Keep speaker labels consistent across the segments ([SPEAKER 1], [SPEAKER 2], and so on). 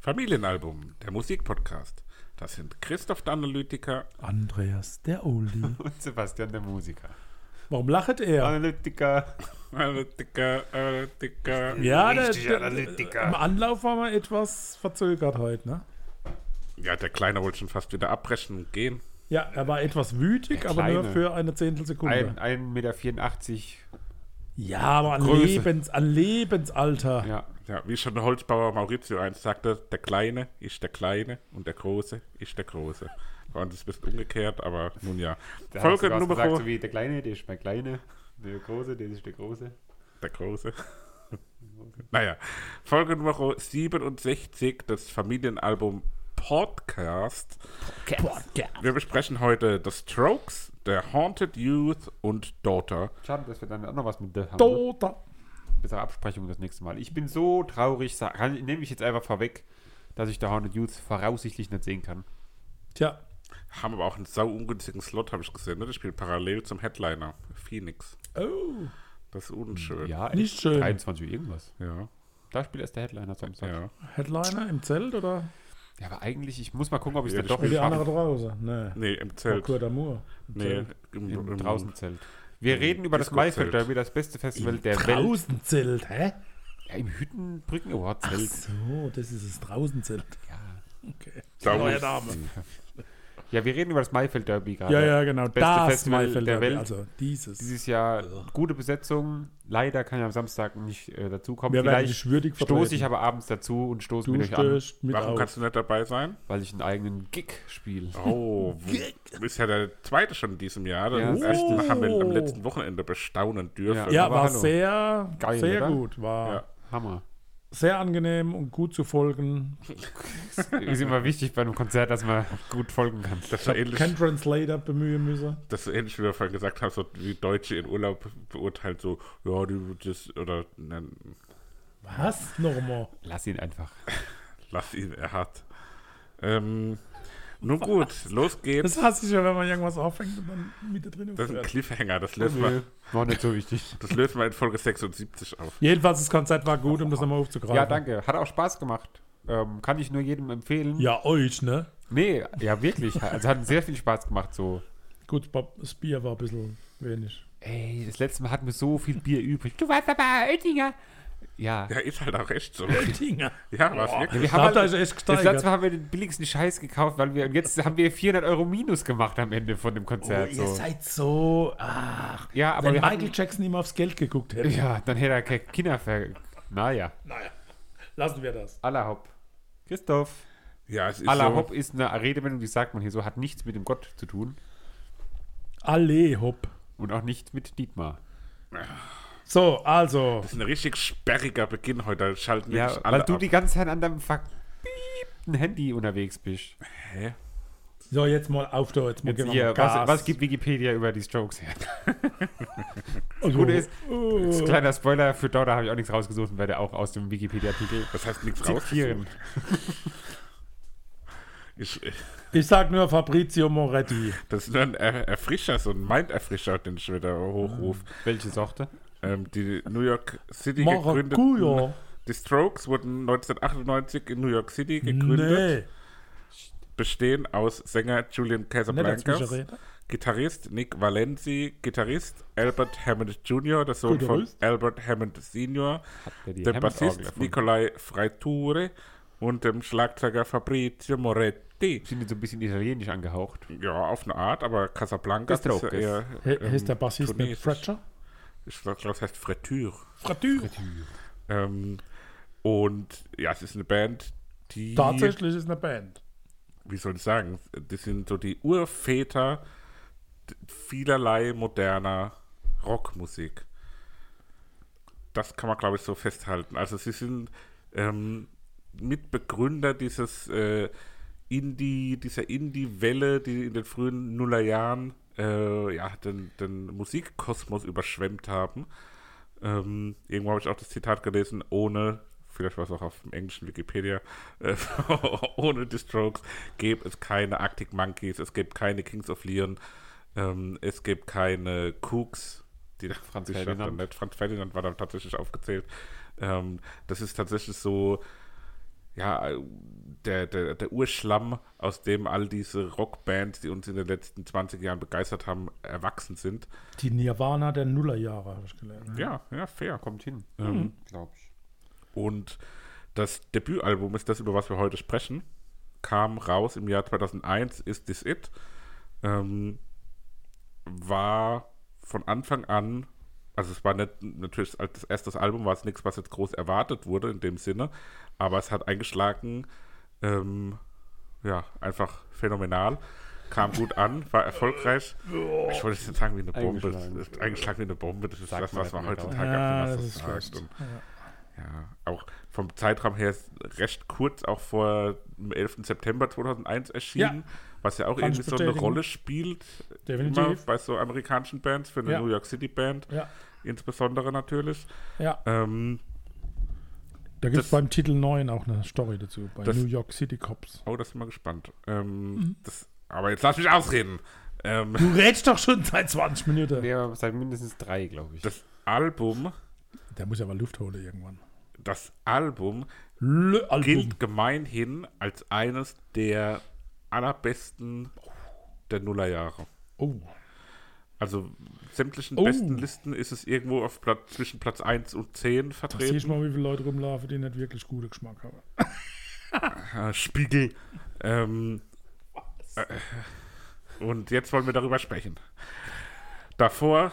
[SPEAKER 1] Familienalbum, der Musikpodcast. Das sind Christoph der Analytiker.
[SPEAKER 2] Andreas, der Oldie.
[SPEAKER 3] Und Sebastian, der Musiker.
[SPEAKER 2] Warum lachet er?
[SPEAKER 3] Analytiker.
[SPEAKER 1] Analytiker, Analytiker.
[SPEAKER 2] Ja, der,
[SPEAKER 3] Richtig
[SPEAKER 2] der,
[SPEAKER 3] Analytiker.
[SPEAKER 2] im Anlauf waren wir etwas verzögert heute, ne?
[SPEAKER 1] Ja, der Kleine wollte schon fast wieder abbrechen und gehen.
[SPEAKER 2] Ja, er war etwas wütig,
[SPEAKER 3] Der
[SPEAKER 2] aber nur
[SPEAKER 3] Kleine.
[SPEAKER 2] für eine Zehntelsekunde.
[SPEAKER 3] Ein- 1,84 Meter.
[SPEAKER 2] ja, aber an,
[SPEAKER 3] Größe.
[SPEAKER 2] Lebens, an Lebensalter.
[SPEAKER 3] Ja.
[SPEAKER 1] Ja, wie schon der Holzbauer Maurizio einst sagte, der Kleine ist der Kleine und der Große ist der Große. Bei uns ist es ein bisschen umgekehrt, aber nun ja.
[SPEAKER 3] Da hast
[SPEAKER 1] Folge
[SPEAKER 3] du was
[SPEAKER 1] Nummer
[SPEAKER 3] gesagt, so wie der Kleine, der ist mein Kleine. Der Große, der ist der Große.
[SPEAKER 1] Der Große. naja, Folge Nummer 67 des Familienalbum Podcast.
[SPEAKER 2] Podcast.
[SPEAKER 1] Wir besprechen heute The Strokes, The Haunted Youth und Daughter.
[SPEAKER 3] Schade, dass wir dann auch noch was mit der haben. ne?
[SPEAKER 2] Dota.
[SPEAKER 3] Bessere Absprechung das nächste Mal. Ich bin so traurig, sa- kann- nehme ich jetzt einfach vorweg, dass ich der Haunted Youth voraussichtlich nicht sehen kann.
[SPEAKER 2] Tja,
[SPEAKER 1] Haben aber auch einen sau ungünstigen Slot, habe ich gesehen. Ne? Das spielt parallel zum Headliner Phoenix.
[SPEAKER 2] oh,
[SPEAKER 1] Das ist unschön.
[SPEAKER 3] Ja,
[SPEAKER 2] Nicht
[SPEAKER 3] echt.
[SPEAKER 2] schön.
[SPEAKER 3] 23 Uhr irgendwas.
[SPEAKER 1] Ja,
[SPEAKER 3] Da spielt erst der Headliner Samstag.
[SPEAKER 1] ja.
[SPEAKER 2] Headliner im Zelt oder?
[SPEAKER 3] Ja, aber eigentlich, ich muss mal gucken, ob ich es
[SPEAKER 1] Ja,
[SPEAKER 3] dann
[SPEAKER 1] das
[SPEAKER 3] doch
[SPEAKER 2] Oder
[SPEAKER 1] spielt
[SPEAKER 3] nicht
[SPEAKER 2] die andere
[SPEAKER 3] schaffe.
[SPEAKER 2] draußen? Nee.
[SPEAKER 1] Nee, im Zelt.
[SPEAKER 2] Parcours d'Amour.
[SPEAKER 1] Nee, im,
[SPEAKER 3] Im
[SPEAKER 1] im-
[SPEAKER 3] Draußenzelt. Wir reden über das
[SPEAKER 1] Disco-Zelt.
[SPEAKER 3] Maisfeld Derby, das beste Festival der Welt.
[SPEAKER 2] Draußen Zelt, hä?
[SPEAKER 3] Ja, Im Hüttenbrücken Award
[SPEAKER 2] Ach
[SPEAKER 3] Zelt.
[SPEAKER 2] so, das ist das draußen Zelt.
[SPEAKER 3] Ja.
[SPEAKER 2] Okay.
[SPEAKER 1] Sau-
[SPEAKER 3] ja, wir reden über das Maifeld Derby gerade.
[SPEAKER 2] Ja, ja, genau.
[SPEAKER 3] Beste
[SPEAKER 2] das
[SPEAKER 3] Festival
[SPEAKER 2] Maifeld
[SPEAKER 3] der
[SPEAKER 2] Derby,
[SPEAKER 3] Welt.
[SPEAKER 2] Also dieses.
[SPEAKER 3] Dieses Jahr gute Besetzung. Leider kann ich am Samstag nicht äh, dazukommen.
[SPEAKER 2] Wir werden
[SPEAKER 3] Vielleicht
[SPEAKER 2] dich würdig
[SPEAKER 3] stoße ich
[SPEAKER 2] vertreten.
[SPEAKER 3] aber abends dazu und stoße
[SPEAKER 2] Du
[SPEAKER 3] mit euch an,
[SPEAKER 2] stößt mit
[SPEAKER 1] Warum
[SPEAKER 2] auf.
[SPEAKER 1] kannst du nicht dabei sein?
[SPEAKER 3] weil ich einen eigenen Gig spiele.
[SPEAKER 1] Oh, du bist ja der zweite schon in diesem Jahr. Den
[SPEAKER 3] Ja, das
[SPEAKER 1] ersten
[SPEAKER 2] stimmt.
[SPEAKER 1] haben wir am letzten Wochenende bestaunen dürfen.
[SPEAKER 2] Ja,
[SPEAKER 3] Aber
[SPEAKER 2] war
[SPEAKER 3] hallo.
[SPEAKER 2] sehr,
[SPEAKER 3] Geil,
[SPEAKER 2] sehr
[SPEAKER 3] oder?
[SPEAKER 2] gut. War
[SPEAKER 1] Ja.
[SPEAKER 3] Hammer.
[SPEAKER 2] sehr angenehm und gut zu folgen.
[SPEAKER 3] Ist immer wichtig bei einem Konzert, dass man gut folgen kann.
[SPEAKER 1] Das war ähnlich,
[SPEAKER 2] Kein Translator bemühen müssen.
[SPEAKER 1] das ist ähnlich, wie wir vorhin gesagt haben, so wie Deutsche in Urlaub beurteilt, so, ja, die, das, oder, nein,
[SPEAKER 2] Was? Nochmal.
[SPEAKER 3] Lass ihn einfach.
[SPEAKER 1] lass ihn, er hat. Ähm, nun gut, los geht's.
[SPEAKER 2] Das hasse ich ja, wenn man irgendwas aufhängt und dann mit drin
[SPEAKER 1] Das ist ein
[SPEAKER 2] aufhört.
[SPEAKER 1] Cliffhanger, das lösen, wir,
[SPEAKER 3] War nicht so wichtig.
[SPEAKER 1] das lösen wir in Folge 76 auf.
[SPEAKER 2] Jedenfalls, das Konzert war gut, um das nochmal aufzugreifen.
[SPEAKER 3] Ja, danke. Hat auch Spaß gemacht. Ähm, kann ich nur jedem empfehlen.
[SPEAKER 2] Ja, euch, ne?
[SPEAKER 3] Nee, ja, wirklich. Also hat sehr viel Spaß gemacht so.
[SPEAKER 2] Gut, Bob, das Bier war ein bisschen wenig.
[SPEAKER 3] Ey, das letzte Mal hatten wir so viel Bier übrig. Du warst aber Oettinger. Ja.
[SPEAKER 1] Ja, ist halt auch echt so.
[SPEAKER 2] Dinger.
[SPEAKER 1] Ja, was wirklich.
[SPEAKER 3] Wir
[SPEAKER 2] Da habt ihr
[SPEAKER 3] halt-
[SPEAKER 2] euch echt
[SPEAKER 3] das letzte Mal
[SPEAKER 2] gesteigert.
[SPEAKER 3] haben wir den billigsten Scheiß gekauft, weil wir und jetzt haben wir 400 Euro Minus gemacht am Ende von dem Konzert. halt so.
[SPEAKER 2] Oh, seid so. Ach.
[SPEAKER 3] Ja, aber
[SPEAKER 2] Wenn
[SPEAKER 3] wir
[SPEAKER 2] Michael
[SPEAKER 3] hatten,
[SPEAKER 2] Jackson immer aufs Geld geguckt hätte.
[SPEAKER 3] ja, dann hätte er keine Kinder ver. Naja,
[SPEAKER 2] Naja, lassen wir das.
[SPEAKER 3] Allerhopp. Christoph.
[SPEAKER 1] Ja, es ist
[SPEAKER 3] Allerhopp
[SPEAKER 1] so.
[SPEAKER 3] ist eine Redewendung, die sagt man hier so, hat nichts mit dem Gott zu tun
[SPEAKER 2] Allee, hopp.
[SPEAKER 3] und auch nicht mit Dietmar.
[SPEAKER 2] So, also.
[SPEAKER 1] Das ist ein richtig sperriger Beginn heute. Da Schalten
[SPEAKER 3] Ja,
[SPEAKER 1] wirklich
[SPEAKER 3] weil
[SPEAKER 1] alle
[SPEAKER 3] du
[SPEAKER 1] ab.
[SPEAKER 3] die ganze Zeit an deinem verpiepten Handy unterwegs bist.
[SPEAKER 1] Hä?
[SPEAKER 2] So, jetzt mal auf da. Jetzt mal geben
[SPEAKER 3] Jetzt
[SPEAKER 2] wir mal
[SPEAKER 3] hier,
[SPEAKER 2] Gas.
[SPEAKER 3] was, was gibt Wikipedia über die Strokes her?
[SPEAKER 2] Also,
[SPEAKER 3] Gut ist,
[SPEAKER 2] oh.
[SPEAKER 3] ist ein kleiner Spoiler für Dauda habe ich auch nichts rausgesucht und werde auch aus dem Wikipedia-Artikel
[SPEAKER 1] Das heißt nichts raus.
[SPEAKER 3] zitieren.
[SPEAKER 1] Ich,
[SPEAKER 2] Ich sag nur Fabrizio Moretti.
[SPEAKER 1] das ist nur ein Er- Erfrischer, so ein Mind-Erfrischer, den ich wieder hochrufe.
[SPEAKER 3] Welche Sorte?
[SPEAKER 1] Ähm, die New York City gegründeten.
[SPEAKER 2] Maracuja.
[SPEAKER 1] Die Strokes wurden 1998 in New York City
[SPEAKER 3] Ne,
[SPEAKER 1] gegründet.
[SPEAKER 2] Nee.
[SPEAKER 1] Bestehen aus Sänger Julian
[SPEAKER 2] Nicht als
[SPEAKER 1] Casablancas,
[SPEAKER 2] Mischere.
[SPEAKER 1] Gitarrist Nick Valenzi, Gitarrist Albert Hammond Jr., der Sohn
[SPEAKER 2] Guter
[SPEAKER 1] von
[SPEAKER 2] Rüst.
[SPEAKER 1] Albert Hammond Sr.,
[SPEAKER 3] Der, die
[SPEAKER 1] der
[SPEAKER 3] Hammond-Orgel
[SPEAKER 1] Bassist
[SPEAKER 3] erfunden.
[SPEAKER 1] Nicolai Freiture und dem Schlagzeuger Fabrizio Moretti.
[SPEAKER 3] Sind jetzt so ein bisschen italienisch angehaucht.
[SPEAKER 1] Ja, auf eine Art, aber Casablanca
[SPEAKER 3] Ist Strokes.
[SPEAKER 2] He-
[SPEAKER 3] Ähm,
[SPEAKER 2] Heißt der Bassist
[SPEAKER 1] Tournee.
[SPEAKER 2] mit Fratcher?
[SPEAKER 1] Ich glaube, das heißt Fritture.
[SPEAKER 2] Fratür.
[SPEAKER 1] Ähm, und ja, es ist eine Band, die.
[SPEAKER 2] Tatsächlich ist eine Band.
[SPEAKER 1] Wie soll ich sagen? Die sind so die Urväter d- vielerlei moderner Rockmusik. Das kann man, glaube ich, so festhalten. Also, sie sind ähm, Mitbegründer dieses äh, Indie, dieser Indie-Welle, die in den frühen Nullerjahren äh, ja, den, den Musikkosmos überschwemmt haben. Ähm, irgendwo habe ich auch das Zitat gelesen, ohne, vielleicht war es auch auf dem englischen Wikipedia, äh, ohne die Strokes gäbe es keine Arctic Monkeys, es gäbe keine Kings of Leon, ähm, es gäbe keine Cooks, die
[SPEAKER 3] Franz
[SPEAKER 1] die
[SPEAKER 3] Ferdinand.
[SPEAKER 1] stand dann nicht. Franz Ferdinand war dann tatsächlich aufgezählt. Ähm, das ist tatsächlich so, ja, der, der, der Urschlamm, aus dem all diese Rockbands, die uns in den letzten 20 Jahren begeistert haben, erwachsen sind.
[SPEAKER 2] Die Nirvana der Nullerjahre, habe ich gelernt.
[SPEAKER 1] Ja, ja, fair.
[SPEAKER 3] Kommt hin, Ähm, glaube ich.
[SPEAKER 1] Und das Debütalbum ist das, über was wir heute sprechen. Kam raus im Jahr 2001, ist This It. Ähm, war von Anfang an, also es war nicht, natürlich als das erste Album war es nichts, was jetzt groß erwartet wurde in dem Sinne, aber es hat eingeschlagen, ähm, ja, einfach phänomenal. Kam gut an, war erfolgreich. Ich wollte es jetzt sagen wie eine Bombe.
[SPEAKER 3] Eingeschlagen.
[SPEAKER 1] Eingeschlagen, eingeschlagen wie eine Bombe, das ist
[SPEAKER 3] Sagt
[SPEAKER 1] das,
[SPEAKER 3] man
[SPEAKER 1] was
[SPEAKER 3] halt
[SPEAKER 1] man
[SPEAKER 3] nicht, aber-
[SPEAKER 1] heutzutage
[SPEAKER 2] Ja,
[SPEAKER 1] auf
[SPEAKER 2] das
[SPEAKER 1] dem
[SPEAKER 2] ist
[SPEAKER 1] Wasser
[SPEAKER 2] schlecht.
[SPEAKER 1] sagt. Und ja, auch vom Zeitraum her ist recht kurz, auch vor dem 11. September 2001 erschienen, was ja auch
[SPEAKER 2] Kann ich
[SPEAKER 1] irgendwie so eine
[SPEAKER 2] bestätigen.
[SPEAKER 1] Rolle spielt.
[SPEAKER 2] Definitiv.
[SPEAKER 1] Immer bei so amerikanischen Bands, für eine
[SPEAKER 2] Ja.
[SPEAKER 1] New York City Band
[SPEAKER 2] Ja,
[SPEAKER 1] insbesondere natürlich.
[SPEAKER 2] ja.
[SPEAKER 3] Äh,
[SPEAKER 1] Ähm,
[SPEAKER 2] Da gibt es
[SPEAKER 1] Das-
[SPEAKER 2] beim Titel 9 auch eine Story dazu, bei
[SPEAKER 1] Das-
[SPEAKER 2] New York City Cops.
[SPEAKER 1] oh, das sind wir gespannt. Ähm,
[SPEAKER 2] Mhm.
[SPEAKER 1] das, aber jetzt lass mich ausreden. Ähm,
[SPEAKER 2] Du redest doch schon seit 20 Minuten.
[SPEAKER 3] Ja, seit mindestens drei, glaube ich.
[SPEAKER 1] das Album,
[SPEAKER 2] Der muss ja mal Luft holen irgendwann.
[SPEAKER 1] das Album
[SPEAKER 2] L Album.
[SPEAKER 1] gilt gemeinhin als eines der allerbesten der Nullerjahre.
[SPEAKER 2] Oh.
[SPEAKER 1] Also sämtlichen
[SPEAKER 2] Oh.
[SPEAKER 1] besten Listen ist es irgendwo auf Platz, zwischen Platz 1 und 10
[SPEAKER 2] Da sehe ich
[SPEAKER 1] vertreten.
[SPEAKER 2] mal, wie viele Leute rumlaufen, die nicht wirklich guten Geschmack haben.
[SPEAKER 1] Ah, Spiegel. Ähm, äh, und jetzt wollen wir darüber sprechen. Davor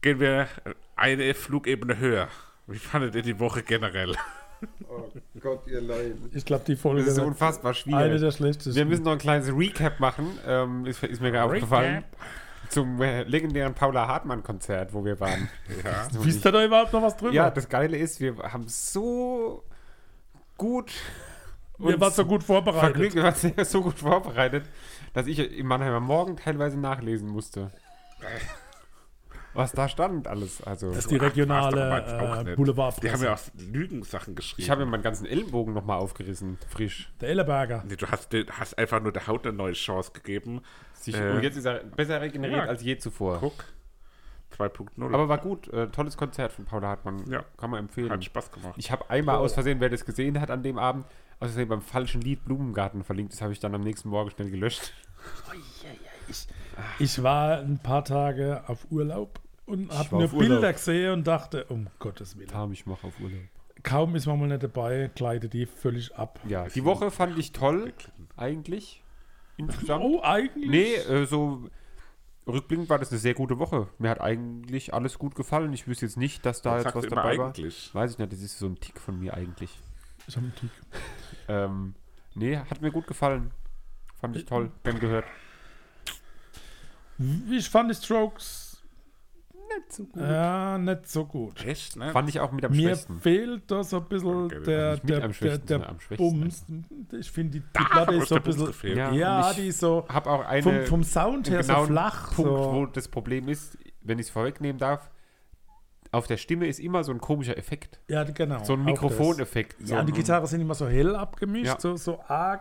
[SPEAKER 1] gehen wir eine Flugebene höher. Wie fandet ihr die Woche generell?
[SPEAKER 4] Oh Gott, ihr Leiden.
[SPEAKER 2] Ich glaube, die
[SPEAKER 3] Das
[SPEAKER 2] Folge
[SPEAKER 3] ist
[SPEAKER 2] wird
[SPEAKER 3] unfassbar
[SPEAKER 2] eine
[SPEAKER 3] schwierig.
[SPEAKER 2] der schlechtesten.
[SPEAKER 3] Wir müssen noch ein kleines Recap machen. Ähm, ist, ist mir gerade
[SPEAKER 1] Recap.
[SPEAKER 3] aufgefallen. Zum äh, legendären Paula Hartmann-Konzert, wo wir waren.
[SPEAKER 1] Ja.
[SPEAKER 3] Das ist
[SPEAKER 2] Wisst ihr da überhaupt noch was drüber?
[SPEAKER 3] Ja, das Geile ist, wir haben so gut
[SPEAKER 2] Ihr wart so gut vorbereitet.
[SPEAKER 3] vergnügt, wir waren so gut vorbereitet, dass ich im Mannheimer Morgen teilweise nachlesen musste. Was da stand alles. Also,
[SPEAKER 2] Das ist die
[SPEAKER 1] Ach, war's doch
[SPEAKER 2] regionale
[SPEAKER 1] damals auch
[SPEAKER 2] äh,
[SPEAKER 1] nicht.
[SPEAKER 2] Boulevardpresse.
[SPEAKER 1] Die haben ja auch Lügensachen geschrieben.
[SPEAKER 3] ich habe mir meinen ganzen Ellenbogen nochmal aufgerissen, frisch.
[SPEAKER 2] Der Elleberger.
[SPEAKER 1] nee, du hast, den- hast einfach nur der Haut eine neue Chance gegeben.
[SPEAKER 3] Sich,
[SPEAKER 1] Äh,
[SPEAKER 3] und jetzt ist er besser regeneriert
[SPEAKER 1] ja.
[SPEAKER 3] als je zuvor.
[SPEAKER 1] Guck, 2.0.
[SPEAKER 3] Aber war gut. Äh, tolles Konzert von Paula Hartmann.
[SPEAKER 1] Ja.
[SPEAKER 3] Kann man empfehlen.
[SPEAKER 1] hat Spaß Oh. gemacht.
[SPEAKER 3] Ich habe einmal aus Versehen, wer das gesehen hat an dem Abend, aus Versehen beim falschen Lied Blumengarten verlinkt. Das habe ich dann am nächsten Morgen schnell gelöscht.
[SPEAKER 2] Ich war ein paar Tage auf Urlaub und habe
[SPEAKER 3] war
[SPEAKER 2] nur
[SPEAKER 3] auf Urlaub.
[SPEAKER 2] Bilder gesehen und dachte, um Gottes Willen.
[SPEAKER 3] Kam ich mache auf Urlaub.
[SPEAKER 2] Kaum ist man mal nicht dabei, gleitet die völlig ab.
[SPEAKER 3] Ja, die Woche fand ich toll, eigentlich. Insgesamt.
[SPEAKER 2] Oh, eigentlich?
[SPEAKER 3] Nee, äh, so rückblickend war das eine sehr gute Woche. Mir hat eigentlich alles gut gefallen. Ich wüsste jetzt nicht, dass
[SPEAKER 1] Jetzt
[SPEAKER 3] da jetzt,
[SPEAKER 1] sagst
[SPEAKER 3] was
[SPEAKER 1] du immer
[SPEAKER 3] dabei
[SPEAKER 1] eigentlich.
[SPEAKER 3] war. Weiß ich nicht, das ist so ein Tick von mir eigentlich.
[SPEAKER 2] Ich hab einen Tick.
[SPEAKER 3] Ähm, nee, hat mir gut gefallen. Fand
[SPEAKER 2] Äh,
[SPEAKER 3] ich toll. Gern gehört.
[SPEAKER 2] Ich fand die Strokes ja nicht so gut.
[SPEAKER 1] Echt, ne?
[SPEAKER 3] Fand ich auch mit am
[SPEAKER 2] Mir
[SPEAKER 3] schwächsten.
[SPEAKER 2] fehlt da so ein bisschen
[SPEAKER 1] Okay, wir
[SPEAKER 2] der,
[SPEAKER 3] nicht mit
[SPEAKER 2] der,
[SPEAKER 3] am
[SPEAKER 2] der,
[SPEAKER 3] schwächsten, sondern
[SPEAKER 2] der
[SPEAKER 3] am schwächsten Ah,
[SPEAKER 2] Bums. Ich finde, die, die
[SPEAKER 1] Da
[SPEAKER 2] Platte
[SPEAKER 1] hat
[SPEAKER 2] ist
[SPEAKER 1] uns
[SPEAKER 2] so
[SPEAKER 1] der
[SPEAKER 2] ein
[SPEAKER 1] Bums
[SPEAKER 2] bisschen.
[SPEAKER 1] gefehlt.
[SPEAKER 3] Ja,
[SPEAKER 2] Ja,
[SPEAKER 3] und ich
[SPEAKER 2] die ist so.
[SPEAKER 3] Hab auch eine.
[SPEAKER 2] Vom, vom Sound
[SPEAKER 3] einen
[SPEAKER 2] her so
[SPEAKER 3] genauen
[SPEAKER 2] flach.
[SPEAKER 3] Punkt, wo
[SPEAKER 2] so.
[SPEAKER 3] das Problem ist, wenn ich es vorwegnehmen darf, auf der Stimme ist immer so ein komischer Effekt.
[SPEAKER 2] Ja, genau.
[SPEAKER 3] So ein
[SPEAKER 2] auch das.
[SPEAKER 3] Mikrofoneffekt. So
[SPEAKER 2] Ja, und die
[SPEAKER 3] ein-
[SPEAKER 2] Gitarre sind immer so hell abgemischt,
[SPEAKER 3] Ja.
[SPEAKER 2] so, so arg,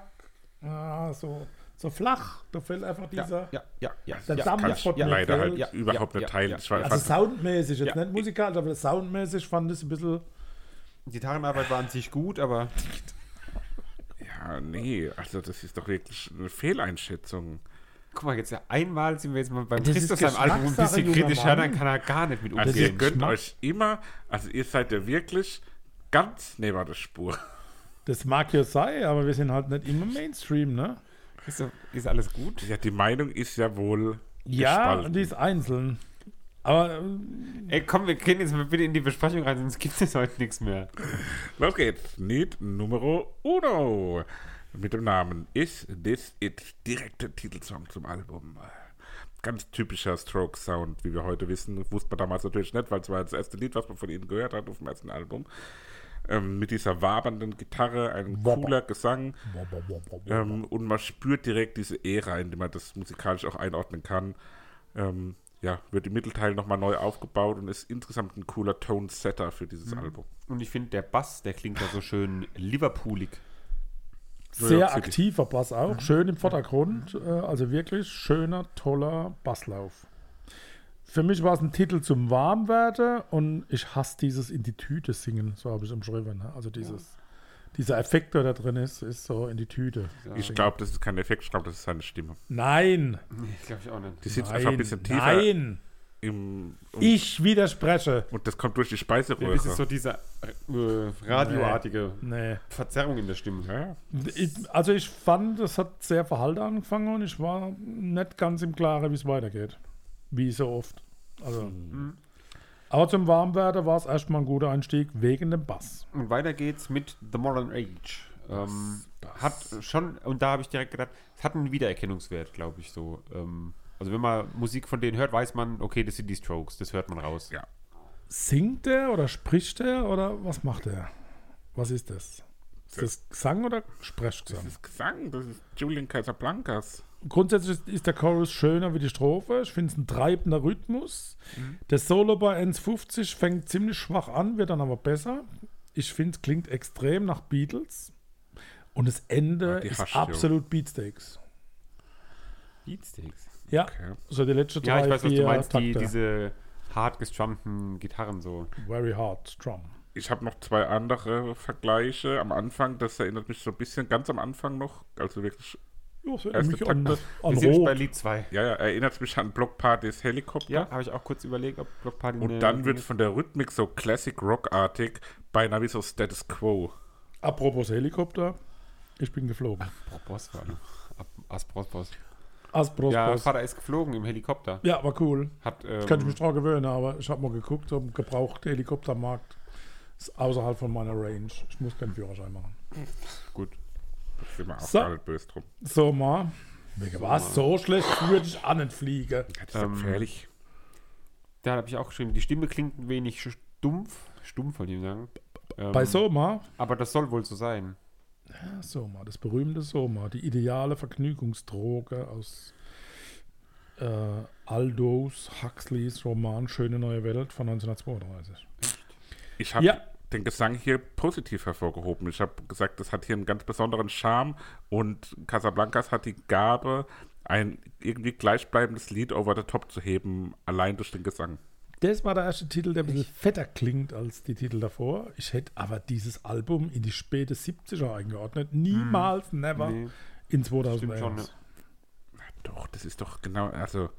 [SPEAKER 2] ah, so, so flach. Da fehlt einfach dieser.
[SPEAKER 3] Ja, ja, ja. ja,
[SPEAKER 2] Der
[SPEAKER 3] ja,
[SPEAKER 2] Dampf
[SPEAKER 3] ja,
[SPEAKER 2] von
[SPEAKER 3] ja,
[SPEAKER 2] mir.
[SPEAKER 1] leider halt
[SPEAKER 3] Ja,
[SPEAKER 1] überhaupt
[SPEAKER 3] ja,
[SPEAKER 1] nicht
[SPEAKER 3] ja,
[SPEAKER 1] teilen.
[SPEAKER 3] ja.
[SPEAKER 1] Ich war
[SPEAKER 2] Also
[SPEAKER 1] fast
[SPEAKER 2] soundmäßig, jetzt
[SPEAKER 3] Ja.
[SPEAKER 2] nicht musikalisch, aber soundmäßig fand ich es ein bisschen.
[SPEAKER 3] Gitarrenarbeit war an sich gut, aber
[SPEAKER 1] Ja, nee, also das ist doch wirklich eine Fehleinschätzung.
[SPEAKER 3] guck mal, jetzt ja einmal sind wir jetzt mal beim
[SPEAKER 2] Das ist
[SPEAKER 3] Christoph seinem Album ein
[SPEAKER 2] Geschmackssache,
[SPEAKER 3] bisschen
[SPEAKER 2] junger
[SPEAKER 3] kritischer,
[SPEAKER 2] Mann.
[SPEAKER 3] dann kann er gar nicht mit
[SPEAKER 1] Also ihr
[SPEAKER 3] umgehen.
[SPEAKER 1] gönnt
[SPEAKER 2] Geschmack.
[SPEAKER 1] euch immer, also ihr seid ja wirklich ganz neben der Spur.
[SPEAKER 2] Das mag ja sein, aber wir sind halt nicht immer Mainstream, ne?
[SPEAKER 3] Christoph, ist alles gut?
[SPEAKER 1] Ja, die Meinung ist ja wohl
[SPEAKER 2] Ja,
[SPEAKER 1] gespalten.
[SPEAKER 2] und die ist einzeln. Aber ähm,
[SPEAKER 3] Ey, komm, wir gehen jetzt mal bitte in die Besprechung rein, sonst gibt es heute nichts mehr.
[SPEAKER 1] Los geht's. Need Numero Uno. Mit dem Namen Is This It? Direkter Titelsong zum Album. Ganz typischer Stroke-Sound, wie wir heute wissen. Wusste man damals natürlich nicht, weil es war das erste Lied, was man von ihnen gehört hat auf dem ersten Album. Ähm, mit dieser wabernden Gitarre, ein
[SPEAKER 2] Wabber.
[SPEAKER 1] cooler Gesang.
[SPEAKER 2] äh,
[SPEAKER 1] Ähm, und man spürt direkt diese Ära, in der man das musikalisch auch einordnen kann. Ähm, ja, wird im Mittelteil nochmal neu aufgebaut und ist insgesamt ein cooler Tone-Setter für dieses Album.
[SPEAKER 3] Und ich finde, der Bass, der klingt da so schön Liverpoolig.
[SPEAKER 1] New
[SPEAKER 2] sehr
[SPEAKER 1] York City.
[SPEAKER 2] aktiver Bass
[SPEAKER 1] Mhm.
[SPEAKER 2] auch, schön im Vordergrund. Äh, also wirklich schöner, toller Basslauf. Für mich war es ein Titel zum Warmwerden und ich hasse dieses in die Tüte singen, so habe ich es umschrieben. Ne? Also dieses dieser Effekt, der da drin ist, ist so in die Tüte.
[SPEAKER 1] Ich glaube, das ist kein Effekt, ich glaube, das ist seine Stimme.
[SPEAKER 2] Nein,
[SPEAKER 3] Nee, glaube ich auch nicht.
[SPEAKER 1] Die sitzt
[SPEAKER 2] nein,
[SPEAKER 1] einfach ein bisschen tiefer
[SPEAKER 2] nein,
[SPEAKER 1] im. Und,
[SPEAKER 2] ich widerspreche.
[SPEAKER 1] und das kommt durch die Speiseröhre.
[SPEAKER 3] Das ist so diese äh, radioartige
[SPEAKER 2] Nee.
[SPEAKER 3] Verzerrung in der Stimme.
[SPEAKER 1] ja, ja.
[SPEAKER 2] Ich, also ich fand, es hat sehr verhallt angefangen und ich war nicht ganz im Klaren, wie es weitergeht. Wie so oft. Also. Aber zum Warmwerden war es erstmal ein guter Einstieg wegen dem Bass.
[SPEAKER 3] Und weiter geht's mit The Modern Age. Ähm, hat schon, und da habe ich direkt gedacht, es hat einen Wiedererkennungswert, glaube ich, so. Ähm, also wenn man Musik von denen hört, weiß man, okay, das sind die Strokes, das hört man raus.
[SPEAKER 1] Ja.
[SPEAKER 2] Singt er oder spricht er oder was macht er? Was ist das? Ist das Gesang oder
[SPEAKER 1] Das
[SPEAKER 2] Sprechgesang?
[SPEAKER 1] ist Gesang, das ist Julian Casablancas.
[SPEAKER 2] Grundsätzlich ist- ist der Chorus schöner wie die Strophe. Ich finde es ein treibender Rhythmus.
[SPEAKER 3] Mhm.
[SPEAKER 2] Das Solo bei 1,50 fängt ziemlich schwach an, wird dann aber besser. Ich finde, es klingt extrem nach Beatles. Und das Ende
[SPEAKER 1] Ah, die
[SPEAKER 2] ist
[SPEAKER 1] hascht, ja.
[SPEAKER 2] absolut Beatsteaks.
[SPEAKER 3] Beatsteaks.
[SPEAKER 2] Ja,
[SPEAKER 1] Okay.
[SPEAKER 2] so die letzte drei,
[SPEAKER 3] Ja, ich weiß, was
[SPEAKER 2] vier
[SPEAKER 3] du meinst, die,
[SPEAKER 2] Takte.
[SPEAKER 3] diese hart gestrumpften Gitarren so.
[SPEAKER 2] Very hard drum.
[SPEAKER 1] Ich habe noch zwei andere Vergleiche am Anfang. Das erinnert mich so ein bisschen ganz am Anfang noch. Also wirklich,
[SPEAKER 2] Ja, so
[SPEAKER 1] Erste
[SPEAKER 2] mich an, an
[SPEAKER 1] Takte.
[SPEAKER 3] Wir sind jetzt bei
[SPEAKER 2] Rot.
[SPEAKER 3] Lied 2.
[SPEAKER 1] ja, ja, erinnert mich an Blockpartys Helikopter.
[SPEAKER 3] Ja, habe ich auch kurz überlegt, ob Block Party
[SPEAKER 1] Und
[SPEAKER 3] eine-
[SPEAKER 1] dann wird von der Rhythmik so Classic Rock-artig, beinahe wie so Status Quo.
[SPEAKER 2] Apropos Helikopter, ich bin geflogen.
[SPEAKER 3] Oh, Boss war noch. Ab- As Boss, Boss.
[SPEAKER 2] Aspros,
[SPEAKER 3] Ja,
[SPEAKER 2] ja,
[SPEAKER 3] Vater ist geflogen im Helikopter.
[SPEAKER 2] ja, war cool.
[SPEAKER 3] Hat, ähm,
[SPEAKER 2] Ich könnte mich dran gewöhnen, aber ich habe mal geguckt, um gebrauchte Helikoptermarkt ist außerhalb von meiner Range. Ich muss keinen Führerschein machen.
[SPEAKER 3] gut.
[SPEAKER 1] Da sind wir auch
[SPEAKER 2] So.
[SPEAKER 1] gar nicht böse drum.
[SPEAKER 2] So, ma. Wegen was? So schlecht würde ich an den Fliege.
[SPEAKER 1] Ja, Das ist ähm, gefährlich.
[SPEAKER 3] Da habe ich auch geschrieben, die Stimme klingt ein wenig stumpf. Stumpf, wollte ich sagen. Ähm,
[SPEAKER 2] Bei Soma,
[SPEAKER 3] Aber das soll wohl so sein.
[SPEAKER 2] ja, Soma, das berühmte Soma, die ideale Vergnügungsdroge aus äh, Aldous Huxleys Roman Schöne neue Welt von 1932.
[SPEAKER 1] Ich habe
[SPEAKER 2] Ja.
[SPEAKER 1] den Gesang hier positiv hervorgehoben. Ich habe gesagt, das hat hier einen ganz besonderen Charme und Casablancas hat die Gabe, ein irgendwie gleichbleibendes Lied over the top zu heben, allein durch den Gesang.
[SPEAKER 2] Das war der erste Titel, der ein bisschen fetter klingt als die Titel davor. Ich hätte aber dieses Album in die späte 70er eingeordnet. Niemals, never
[SPEAKER 3] Hm. Nee.
[SPEAKER 2] in
[SPEAKER 3] Stimmt schon. Ne?
[SPEAKER 2] 2001.
[SPEAKER 1] Na doch, das ist doch genau, also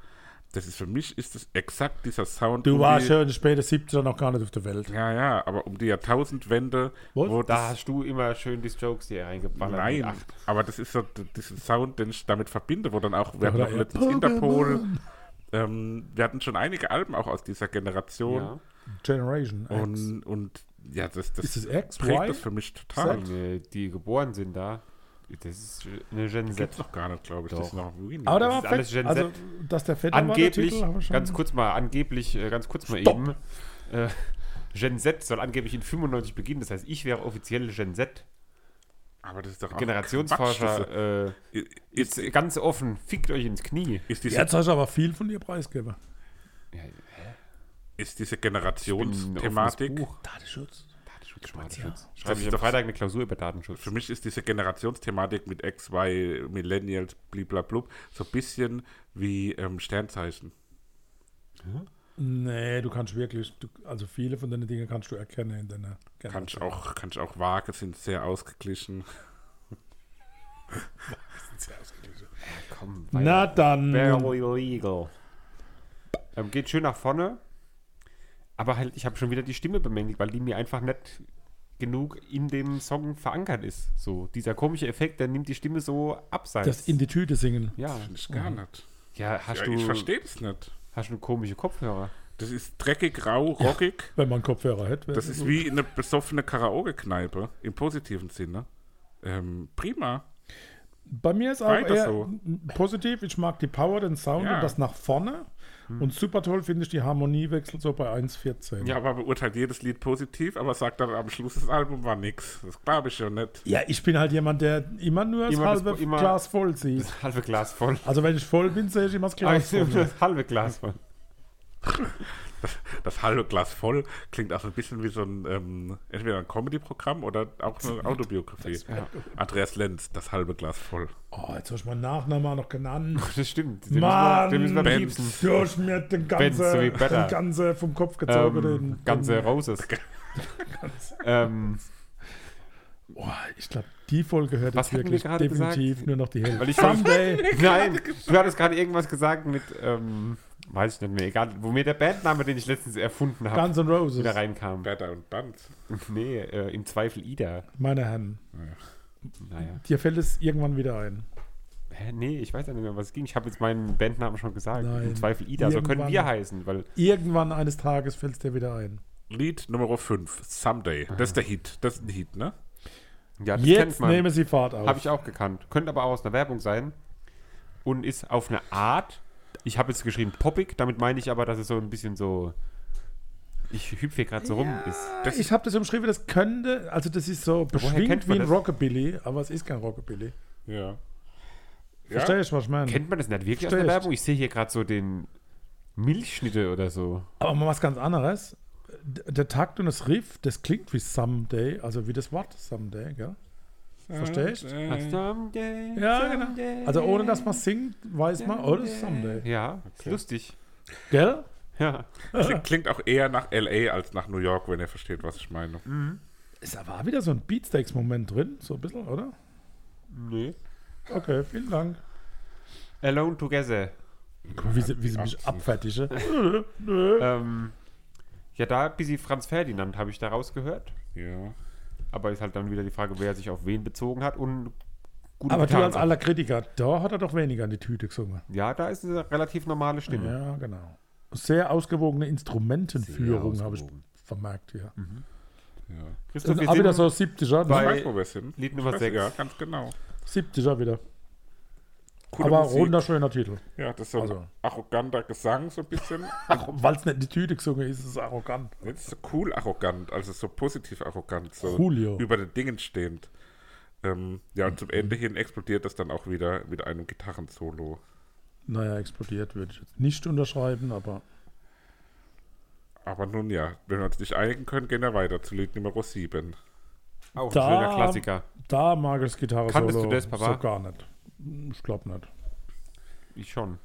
[SPEAKER 1] das ist für mich ist das exakt dieser Sound.
[SPEAKER 2] Du
[SPEAKER 1] um
[SPEAKER 2] warst
[SPEAKER 1] die,
[SPEAKER 2] ja in den späten 70er noch gar nicht auf der Welt.
[SPEAKER 1] Ja, ja, aber um die Jahrtausendwende,
[SPEAKER 2] Was?
[SPEAKER 1] wo
[SPEAKER 3] Da
[SPEAKER 1] das,
[SPEAKER 3] hast du immer schön die Strokes hier reingeballert.
[SPEAKER 1] Nein,
[SPEAKER 3] mit acht.
[SPEAKER 1] aber das ist so d- diesen Sound, den ich damit verbinde, wo dann auch, wir hatten
[SPEAKER 2] Oder
[SPEAKER 1] auch
[SPEAKER 2] eher
[SPEAKER 1] letztens Interpol, ähm, wir hatten schon einige Alben auch aus dieser Generation
[SPEAKER 3] Ja.
[SPEAKER 2] Generation X.
[SPEAKER 1] und, und ja, das, das,
[SPEAKER 2] Ist es X,
[SPEAKER 1] prägt
[SPEAKER 2] Y?
[SPEAKER 1] das für mich total. Also,
[SPEAKER 2] Z?
[SPEAKER 3] Äh, Die geboren sind da. Das ist eine Gen Z.
[SPEAKER 1] Gibt's doch gar nicht, glaube ich. Das ist
[SPEAKER 3] Doch.
[SPEAKER 1] noch Wien.
[SPEAKER 2] aber da
[SPEAKER 3] das
[SPEAKER 2] war
[SPEAKER 3] ist alles
[SPEAKER 2] fett,
[SPEAKER 3] Gen
[SPEAKER 2] also,
[SPEAKER 3] Z.
[SPEAKER 2] dass der fette
[SPEAKER 3] angeblich,
[SPEAKER 2] war der Titel, haben wir schon.
[SPEAKER 3] ganz kurz mal, angeblich, äh, ganz kurz mal
[SPEAKER 2] Stopp.
[SPEAKER 3] eben. Äh, Gen Z soll angeblich in 95 beginnen. Das heißt, ich wäre offiziell Gen Z.
[SPEAKER 1] aber das ist doch auch Quatsch, das
[SPEAKER 3] Generationsforscher äh,
[SPEAKER 1] Ist,
[SPEAKER 3] ist
[SPEAKER 1] ist,
[SPEAKER 3] ganz offen. Fickt euch ins Knie.
[SPEAKER 1] ist, diese,
[SPEAKER 2] Jetzt hast du aber viel von dir preisgegeben.
[SPEAKER 1] ist diese
[SPEAKER 3] Ein offenes
[SPEAKER 1] Generationsthematik,
[SPEAKER 3] Buch.
[SPEAKER 2] Datenschutz.
[SPEAKER 3] Datenschutz. Datenschutz.
[SPEAKER 1] Das
[SPEAKER 3] Schreibe
[SPEAKER 1] ist
[SPEAKER 3] ich am
[SPEAKER 1] doch-
[SPEAKER 3] Freitag eine Klausur über Datenschutz.
[SPEAKER 1] für mich ist diese Generationsthematik mit X, Y, Millennials, bliblablub, so ein bisschen wie ähm, Sternzeichen.
[SPEAKER 2] Nee, du kannst wirklich, du, also viele von deinen Dingen kannst du erkennen in deiner
[SPEAKER 1] Kann ich
[SPEAKER 2] Generation.
[SPEAKER 1] auch, kann ich auch vage, sind sehr ausgeglichen.
[SPEAKER 3] Komm,
[SPEAKER 2] Na dann.
[SPEAKER 3] Barely legal. Ähm, geht schön nach vorne. Aber halt, ich habe schon wieder die Stimme bemängelt, weil die mir einfach nicht genug in dem Song verankert ist. So, dieser komische Effekt, der nimmt die Stimme so abseits.
[SPEAKER 2] Das in die Tüte singen.
[SPEAKER 3] ja.
[SPEAKER 1] Finde ich gar nicht.
[SPEAKER 3] ja, Mhm. hast
[SPEAKER 1] Ja,
[SPEAKER 3] du
[SPEAKER 1] ich verstehe es nicht.
[SPEAKER 3] hast du komische Kopfhörer?
[SPEAKER 1] Das ist dreckig, rau, rockig.
[SPEAKER 2] Wenn man einen Kopfhörer hätte. wäre
[SPEAKER 1] Das
[SPEAKER 2] es
[SPEAKER 1] ist
[SPEAKER 2] so.
[SPEAKER 1] wie eine besoffene Karaoke-Kneipe, im positiven Sinne. Ähm, prima.
[SPEAKER 2] Bei mir ist auch
[SPEAKER 1] Weiter
[SPEAKER 2] eher
[SPEAKER 1] so.
[SPEAKER 2] m- positiv. Ich mag die Power, den Sound
[SPEAKER 1] Ja.
[SPEAKER 2] und das nach vorne.
[SPEAKER 3] Hm.
[SPEAKER 2] Und super toll finde ich die Harmoniewechsel so bei 1,14.
[SPEAKER 1] Ja, aber beurteilt jedes Lied positiv, aber sagt dann am Schluss, das Album war nix. Das glaube ich ja nicht.
[SPEAKER 2] Ja, ich bin halt jemand, der immer nur das
[SPEAKER 3] Immer das-
[SPEAKER 2] halbe
[SPEAKER 3] immer-
[SPEAKER 2] Glas voll sieht.
[SPEAKER 3] Das halbe Glas voll.
[SPEAKER 2] Also wenn ich voll bin, sehe ich immer das Glas
[SPEAKER 3] Also,
[SPEAKER 2] voll.
[SPEAKER 3] das halbe Glas voll.
[SPEAKER 1] Das halbe Glas voll klingt auch ein bisschen wie so ein, ähm, entweder ein Comedy-Programm oder auch eine Autobiografie.
[SPEAKER 3] halt
[SPEAKER 1] Andreas Lenz, das halbe Glas voll.
[SPEAKER 2] Oh, jetzt habe ich meinen Nachnamen auch noch genannt.
[SPEAKER 3] Das stimmt. Den
[SPEAKER 2] Mann,
[SPEAKER 3] müssen wir, den
[SPEAKER 1] Benz.
[SPEAKER 3] müssen wir piepsen.
[SPEAKER 2] Du hast mir den
[SPEAKER 3] so wie
[SPEAKER 2] ganzen
[SPEAKER 3] better.
[SPEAKER 2] den ganze vom Kopf gezogen.
[SPEAKER 3] Ähm,
[SPEAKER 2] den,
[SPEAKER 3] ganze
[SPEAKER 2] den,
[SPEAKER 3] Roses. ähm,
[SPEAKER 2] Oh, ich glaube, die Folge hört
[SPEAKER 3] Was
[SPEAKER 2] jetzt
[SPEAKER 3] hatten wir
[SPEAKER 2] wirklich
[SPEAKER 3] gerade
[SPEAKER 2] definitiv
[SPEAKER 3] gesagt?
[SPEAKER 2] nur noch die Hälfte.
[SPEAKER 3] Weil ich-
[SPEAKER 2] Someday.
[SPEAKER 3] Nein, du hattest gerade irgendwas gesagt mit, ähm, weiß ich nicht mehr, egal, wo mir der Bandname, den ich letztens erfunden habe,
[SPEAKER 2] Guns N' Roses,
[SPEAKER 3] wieder reinkam.
[SPEAKER 1] Bertha und Banz.
[SPEAKER 3] Nee, äh, im Zweifel Ida.
[SPEAKER 2] meine Herren.
[SPEAKER 3] Naja.
[SPEAKER 2] Dir fällt es irgendwann wieder ein.
[SPEAKER 3] Hä, nee, ich weiß ja nicht mehr, um was es ging. Ich habe jetzt meinen Bandnamen schon gesagt.
[SPEAKER 2] Nein.
[SPEAKER 3] Im Zweifel Ida, so können
[SPEAKER 2] Irgendwann-
[SPEAKER 3] wir heißen, weil
[SPEAKER 2] Irgendwann eines Tages fällt es dir wieder ein.
[SPEAKER 1] Lied Nummer 5, Someday. Das ist der Hit. Das ist ein Hit, ne?
[SPEAKER 3] ja, das kennt
[SPEAKER 2] Jetzt
[SPEAKER 3] man.
[SPEAKER 2] nehme sie Fahrt auf.
[SPEAKER 3] Habe ich auch gekannt. Könnte aber auch aus einer Werbung sein. Und ist auf eine Art, ich habe jetzt geschrieben poppig, damit meine ich aber, dass es so ein bisschen so, ich hüpfe hier gerade so rum ist.
[SPEAKER 2] Das ich habe das umschrieben, das könnte, also das ist so
[SPEAKER 3] kennt
[SPEAKER 2] beschwingt wie
[SPEAKER 3] man
[SPEAKER 2] ein
[SPEAKER 3] das?
[SPEAKER 2] Rockabilly, aber es ist kein Rockabilly.
[SPEAKER 1] Ja.
[SPEAKER 2] Verstehe ich, was ich meine.
[SPEAKER 3] Kennt man das nicht wirklich aus
[SPEAKER 2] Stimmt.
[SPEAKER 3] der Werbung? Ich sehe hier gerade so den Milchschnitte oder so.
[SPEAKER 2] Aber mal was ganz anderes. D- Der Takt und das Riff, das klingt wie Someday, also wie das Wort Someday, gell? Verstehst?
[SPEAKER 3] Someday,
[SPEAKER 2] Ja, genau.
[SPEAKER 3] someday.
[SPEAKER 2] Also ohne dass man singt, weiß man, oh, das ist Someday.
[SPEAKER 3] Ja, ist lustig.
[SPEAKER 2] Gell?
[SPEAKER 3] Ja.
[SPEAKER 1] Klingt, klingt auch eher nach L.A. als nach New York, wenn ihr versteht, was ich meine.
[SPEAKER 2] Ist aber auch wieder so ein Beatsteaks-Moment drin, so ein bisschen, oder?
[SPEAKER 3] Nee.
[SPEAKER 2] Okay, vielen Dank.
[SPEAKER 3] Alone Together.
[SPEAKER 2] Guck mal, wie sie, wie sie mich
[SPEAKER 1] Absolut.
[SPEAKER 2] abfertige.
[SPEAKER 3] Ähm, ja, da ein bisschen Franz Ferdinand habe ich da rausgehört.
[SPEAKER 1] Ja.
[SPEAKER 3] Aber ist halt dann wieder die Frage, wer sich auf wen bezogen hat und gute
[SPEAKER 2] Aber du als
[SPEAKER 3] Gitarrenart.
[SPEAKER 2] aller Kritiker, da hat er doch weniger an die Tüte gesungen.
[SPEAKER 3] Ja, da ist eine relativ normale Stimme.
[SPEAKER 2] Ja, genau. Sehr ausgewogene Instrumentenführung
[SPEAKER 3] Sehr
[SPEAKER 2] habe ich
[SPEAKER 3] ausgewogen. Mhm.
[SPEAKER 2] vermerkt, ja.
[SPEAKER 1] ja.
[SPEAKER 3] Christoph,
[SPEAKER 2] Also Das
[SPEAKER 3] wir
[SPEAKER 2] ist auch wieder
[SPEAKER 3] sind
[SPEAKER 2] so 70er,
[SPEAKER 1] Ich
[SPEAKER 3] Bei-
[SPEAKER 2] ne?
[SPEAKER 1] weiß, wo wir sind.
[SPEAKER 3] Lied Nummer
[SPEAKER 1] Ich weiß,
[SPEAKER 3] sechs.
[SPEAKER 1] Ja, ganz genau.
[SPEAKER 2] 70er wieder.
[SPEAKER 1] Coole
[SPEAKER 2] Aber
[SPEAKER 1] Musik.
[SPEAKER 2] wunderschöner Titel.
[SPEAKER 1] Ja, das ist so ein
[SPEAKER 2] Also.
[SPEAKER 1] arroganter Gesang, so ein bisschen.
[SPEAKER 2] Weil es nicht in die Tüte gesungen ist, ist es arrogant.
[SPEAKER 1] Nicht so cool arrogant, also so positiv arrogant, so
[SPEAKER 2] Coolio.
[SPEAKER 1] über den Dingen stehend. Ähm, ja, und zum Ende hin explodiert das dann auch wieder mit einem Gitarrensolo.
[SPEAKER 2] Naja, explodiert würde ich jetzt nicht unterschreiben, aber
[SPEAKER 1] Aber nun ja, wenn wir uns nicht einigen können, gehen wir weiter zu Lied Nummer 7.
[SPEAKER 3] auch ein
[SPEAKER 2] Da-
[SPEAKER 3] schöner Klassiker.
[SPEAKER 2] da mag ich das Gitarre
[SPEAKER 3] Kanntest du das, Papa?
[SPEAKER 2] so gar nicht. Ich glaube nicht.
[SPEAKER 3] Ich schon.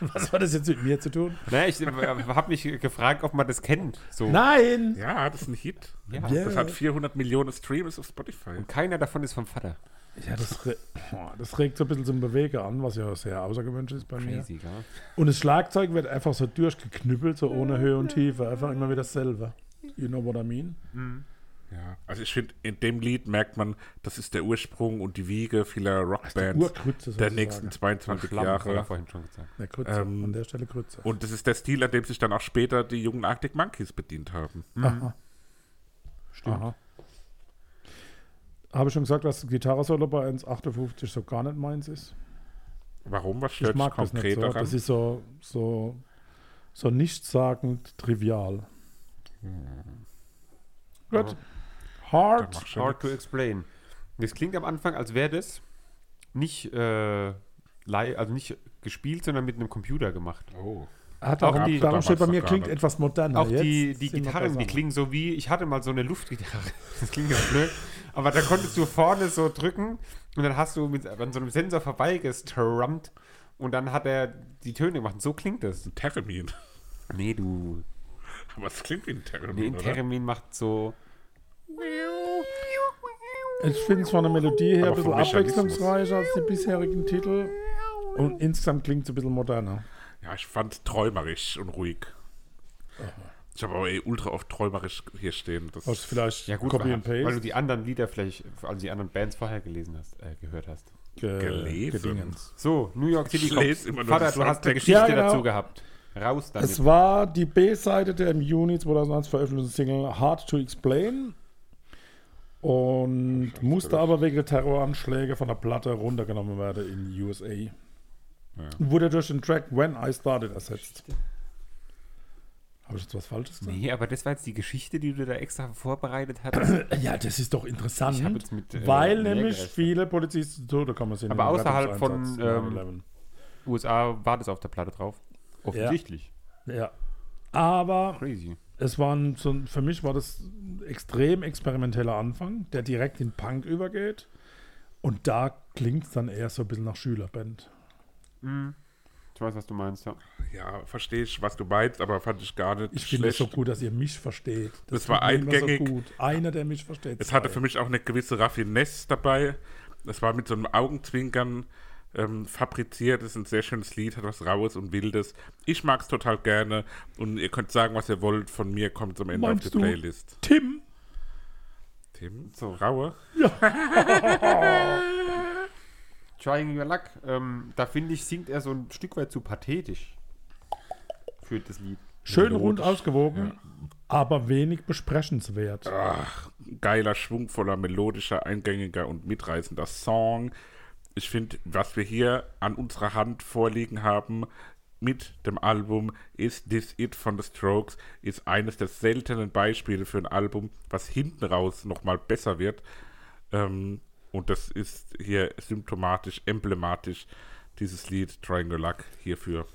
[SPEAKER 2] Was hat das jetzt mit mir zu tun?
[SPEAKER 3] Naja, ich habe mich gefragt, ob man das kennt. So.
[SPEAKER 2] Nein!
[SPEAKER 1] Ja, das ist ein Hit.
[SPEAKER 3] Ja.
[SPEAKER 2] Ja.
[SPEAKER 1] Das hat 400 Millionen Streams auf Spotify.
[SPEAKER 3] Und keiner davon ist vom Vater.
[SPEAKER 2] Ja, das, re Boah, das regt so ein bisschen zum Beweger an, was ja sehr außergewöhnlich ist bei mir.
[SPEAKER 3] Crazy, gell?
[SPEAKER 2] Und das Schlagzeug wird einfach so durchgeknüppelt, so ohne Höhe und Tiefe. Einfach immer wieder dasselbe. You know what I mean?
[SPEAKER 1] Ja. Also ich finde, in dem Lied merkt man, das ist der Ursprung und die Wiege vieler Rockbands der
[SPEAKER 2] Urkrütze sozusagen.
[SPEAKER 1] nächsten
[SPEAKER 3] Von
[SPEAKER 1] 22
[SPEAKER 3] Schlamm, hat er
[SPEAKER 1] Jahre.
[SPEAKER 3] vorhin schon gesagt.
[SPEAKER 2] Na, Krütze.
[SPEAKER 1] Ähm,
[SPEAKER 2] An der Stelle Krütze.
[SPEAKER 1] Und das ist der Stil, an dem sich dann auch später die jungen Arctic Monkeys bedient haben.
[SPEAKER 2] Aha. Stimmt. Aha. Habe ich schon gesagt, dass Gitarre-Solo bei 1,58 so gar nicht meins ist?
[SPEAKER 1] Warum? Was
[SPEAKER 2] Ich
[SPEAKER 1] stört dich
[SPEAKER 2] mag das nicht
[SPEAKER 1] konkret
[SPEAKER 2] so.
[SPEAKER 1] daran?
[SPEAKER 2] Das ist so, so, so nichtssagend trivial. Gut.
[SPEAKER 1] Hm. Dann mach
[SPEAKER 2] Hard.
[SPEAKER 1] schon
[SPEAKER 3] Hard to
[SPEAKER 1] nix.
[SPEAKER 3] explain. Das klingt am Anfang, als wäre das nicht, äh, li- also nicht gespielt, sondern mit einem Computer gemacht.
[SPEAKER 1] Oh.
[SPEAKER 2] Ah,
[SPEAKER 1] Auch die-
[SPEAKER 2] darum, darum
[SPEAKER 1] damals
[SPEAKER 2] steht bei
[SPEAKER 1] doch
[SPEAKER 2] mir,
[SPEAKER 1] gar
[SPEAKER 2] klingt
[SPEAKER 1] nicht.
[SPEAKER 2] etwas moderner.
[SPEAKER 3] Auch die,
[SPEAKER 2] Jetzt
[SPEAKER 3] die
[SPEAKER 2] sind wir
[SPEAKER 3] Gitarren, die
[SPEAKER 2] beisammen.
[SPEAKER 3] klingen so wie, ich hatte mal so eine Luftgitarre. Das klingt ja blöd. Aber da konntest du vorne so drücken und dann hast du mit, an so einem Sensor vorbeigestrummt und dann hat er die Töne gemacht. Und so klingt das.
[SPEAKER 1] Ein Termin.
[SPEAKER 3] Nee, du.
[SPEAKER 1] Aber es klingt wie ein Termin,
[SPEAKER 3] Nee, ein
[SPEAKER 1] oder?
[SPEAKER 3] Theremin macht so.
[SPEAKER 2] Ich finde es von der Melodie her
[SPEAKER 1] Aber
[SPEAKER 2] ein bisschen
[SPEAKER 1] vom Mechanismus.
[SPEAKER 2] abwechslungsreicher als die bisherigen Titel. Und insgesamt klingt es ein bisschen moderner.
[SPEAKER 1] Ja, ich fand träumerisch und ruhig. Ich habe aber eh ultra oft träumerisch hier stehen. Das
[SPEAKER 2] Was vielleicht
[SPEAKER 3] Ja, gut,
[SPEAKER 2] Copy
[SPEAKER 3] weil,
[SPEAKER 2] and Paste
[SPEAKER 3] weil du die anderen Lieder vielleicht, also die anderen Bands vorher gelesen hast, äh, gehört hast.
[SPEAKER 2] ge
[SPEAKER 1] gelesen.
[SPEAKER 2] gedingens.
[SPEAKER 3] So, New York City
[SPEAKER 1] Ich
[SPEAKER 3] Cops.
[SPEAKER 1] lese immer nur
[SPEAKER 3] Vater,
[SPEAKER 1] die
[SPEAKER 3] du hast eine
[SPEAKER 1] Soundtracks.
[SPEAKER 3] Geschichte
[SPEAKER 2] Ja, genau.
[SPEAKER 3] dazu gehabt. Raus damit.
[SPEAKER 2] Es war die B-Seite der im Juni 2001 veröffentlichten Single Hard to Explain und musste aber wegen der Terroranschläge von der Platte runtergenommen werden in USA. Wurde durch den Track When I Started ersetzt. Habe ich jetzt was Falsches gesagt?
[SPEAKER 3] nee, aber das war jetzt die Geschichte, die du da extra vorbereitet hattest.
[SPEAKER 2] Ja, das ist doch interessant,
[SPEAKER 3] Ich hab jetzt mit, äh,
[SPEAKER 2] weil
[SPEAKER 3] mehr
[SPEAKER 2] nämlich
[SPEAKER 3] gerechnet.
[SPEAKER 2] viele Polizisten zu Tode kommen sind.
[SPEAKER 3] Aber
[SPEAKER 2] im
[SPEAKER 3] außerhalb von,
[SPEAKER 2] Rettungseinsatz
[SPEAKER 3] ähm,
[SPEAKER 2] 9/11.
[SPEAKER 3] USA war das auf der Platte drauf. Offensichtlich.
[SPEAKER 2] ja. Aber
[SPEAKER 3] Crazy.
[SPEAKER 2] es waren so, ein- für mich war das ein extrem experimenteller Anfang, der direkt in Punk übergeht. Und da klingt es dann eher so ein bisschen nach Schülerband.
[SPEAKER 3] Ich weiß, was du meinst, ja.
[SPEAKER 1] Ja, verstehe ich, was du meinst, aber fand ich gar nicht
[SPEAKER 2] Ich finde es
[SPEAKER 1] schlecht.
[SPEAKER 2] so gut, dass ihr mich versteht.
[SPEAKER 1] Das war
[SPEAKER 2] tut mir immer
[SPEAKER 1] eingängig.
[SPEAKER 2] So gut. Einer, der mich versteht.
[SPEAKER 1] Es hatte für mich auch eine gewisse Raffinesse dabei. Es war mit so einem Augenzwinkern ähm, fabriziert. Es ist ein sehr schönes Lied, hat was Raues und Wildes. Ich mag es total gerne. Und ihr könnt sagen, was ihr wollt. Von mir kommt es am Ende
[SPEAKER 2] Meinst
[SPEAKER 1] auf die
[SPEAKER 2] du?
[SPEAKER 1] Playlist.
[SPEAKER 2] Tim.
[SPEAKER 1] Tim?
[SPEAKER 3] So.
[SPEAKER 1] Raue?
[SPEAKER 3] Trying Your Luck, ähm, da finde ich, singt er so ein Stück weit zu pathetisch für das Lied.
[SPEAKER 2] Schön
[SPEAKER 1] Melodisch.
[SPEAKER 2] rund ausgewogen, aber wenig besprechenswert.
[SPEAKER 1] Ach, geiler, schwungvoller, melodischer, eingängiger und mitreißender Song. Ich finde, was wir hier an unserer Hand vorliegen haben mit dem Album Is This It von The Strokes ist eines der seltenen Beispiele für ein Album, was hinten raus nochmal besser wird. Ähm, und das ist hier symptomatisch, emblematisch, dieses Lied Triangle Luck hierfür.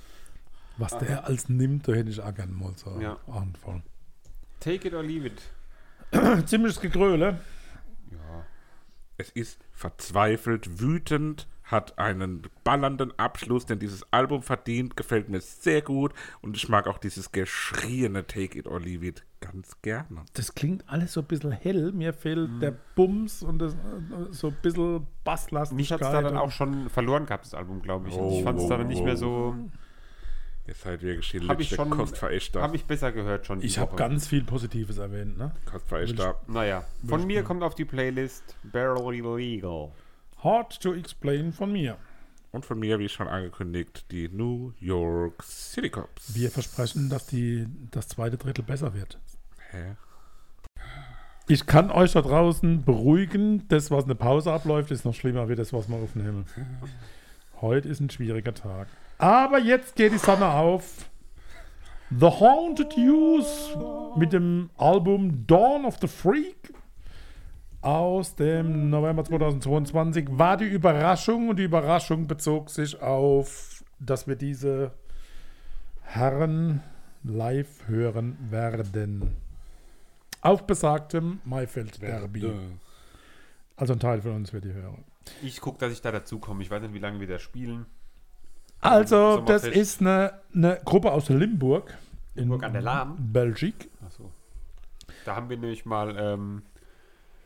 [SPEAKER 2] Was der als nimmt, da hätte ich auch gerne mal so
[SPEAKER 3] Ja.
[SPEAKER 2] anfangen.
[SPEAKER 3] Take it or leave it.
[SPEAKER 2] Ziemliches Gegröle.
[SPEAKER 3] Ja.
[SPEAKER 1] Es ist verzweifelt, wütend, hat einen ballernden Abschluss, denn dieses Album verdient, gefällt mir sehr gut und ich mag auch dieses geschrieene Take It or Leave It ganz gerne.
[SPEAKER 2] Das klingt alles so ein bisschen hell. Mir fehlt der Bums und das, äh, so ein bisschen Basslastigkeit.
[SPEAKER 3] Mich hat es da dann
[SPEAKER 2] und-
[SPEAKER 3] auch schon verloren gehabt, das Album, glaube ich.
[SPEAKER 1] Oh,
[SPEAKER 3] ich fand es dann
[SPEAKER 1] oh,
[SPEAKER 3] nicht
[SPEAKER 1] oh.
[SPEAKER 3] mehr so.
[SPEAKER 1] Ihr seid wirklich die
[SPEAKER 3] Habe ich
[SPEAKER 1] letzte
[SPEAKER 3] schon.
[SPEAKER 1] Kostverächter.
[SPEAKER 3] Habe ich besser gehört schon. die
[SPEAKER 2] Ich habe
[SPEAKER 3] Woche.
[SPEAKER 2] ganz viel Positives erwähnt, ne?
[SPEAKER 1] Kostverächter.
[SPEAKER 3] Naja, von mir kommt auf die Playlist Barrel Illegal.
[SPEAKER 2] Hard to explain von mir.
[SPEAKER 1] Und von mir, wie schon angekündigt, die New York City Cops.
[SPEAKER 2] Wir versprechen, dass die, das zweite Drittel besser wird.
[SPEAKER 1] Hä?
[SPEAKER 2] Ich kann euch da draußen beruhigen, das, was eine Pause abläuft, ist noch schlimmer wie das, was wir aufnehmen. Heute ist ein schwieriger Tag. Aber jetzt geht die Sonne auf. The Haunted Youth mit dem Album Dawn of the Freak aus dem November 2022 war die Überraschung und die Überraschung bezog sich auf, dass wir diese Herren live hören werden. Auf besagtem Maifeld Derby. Also ein Teil von uns wird die hören.
[SPEAKER 3] Ich gucke, dass ich da dazukomme. Ich weiß nicht, wie lange wir da spielen. Äh,
[SPEAKER 2] Also, das
[SPEAKER 3] Sommerfest.
[SPEAKER 2] ist eine, eine Gruppe aus Limburg. In
[SPEAKER 3] Limburg an der Lahn.
[SPEAKER 2] Belgik.
[SPEAKER 3] Achso. Also, Da haben wir nämlich mal ähm,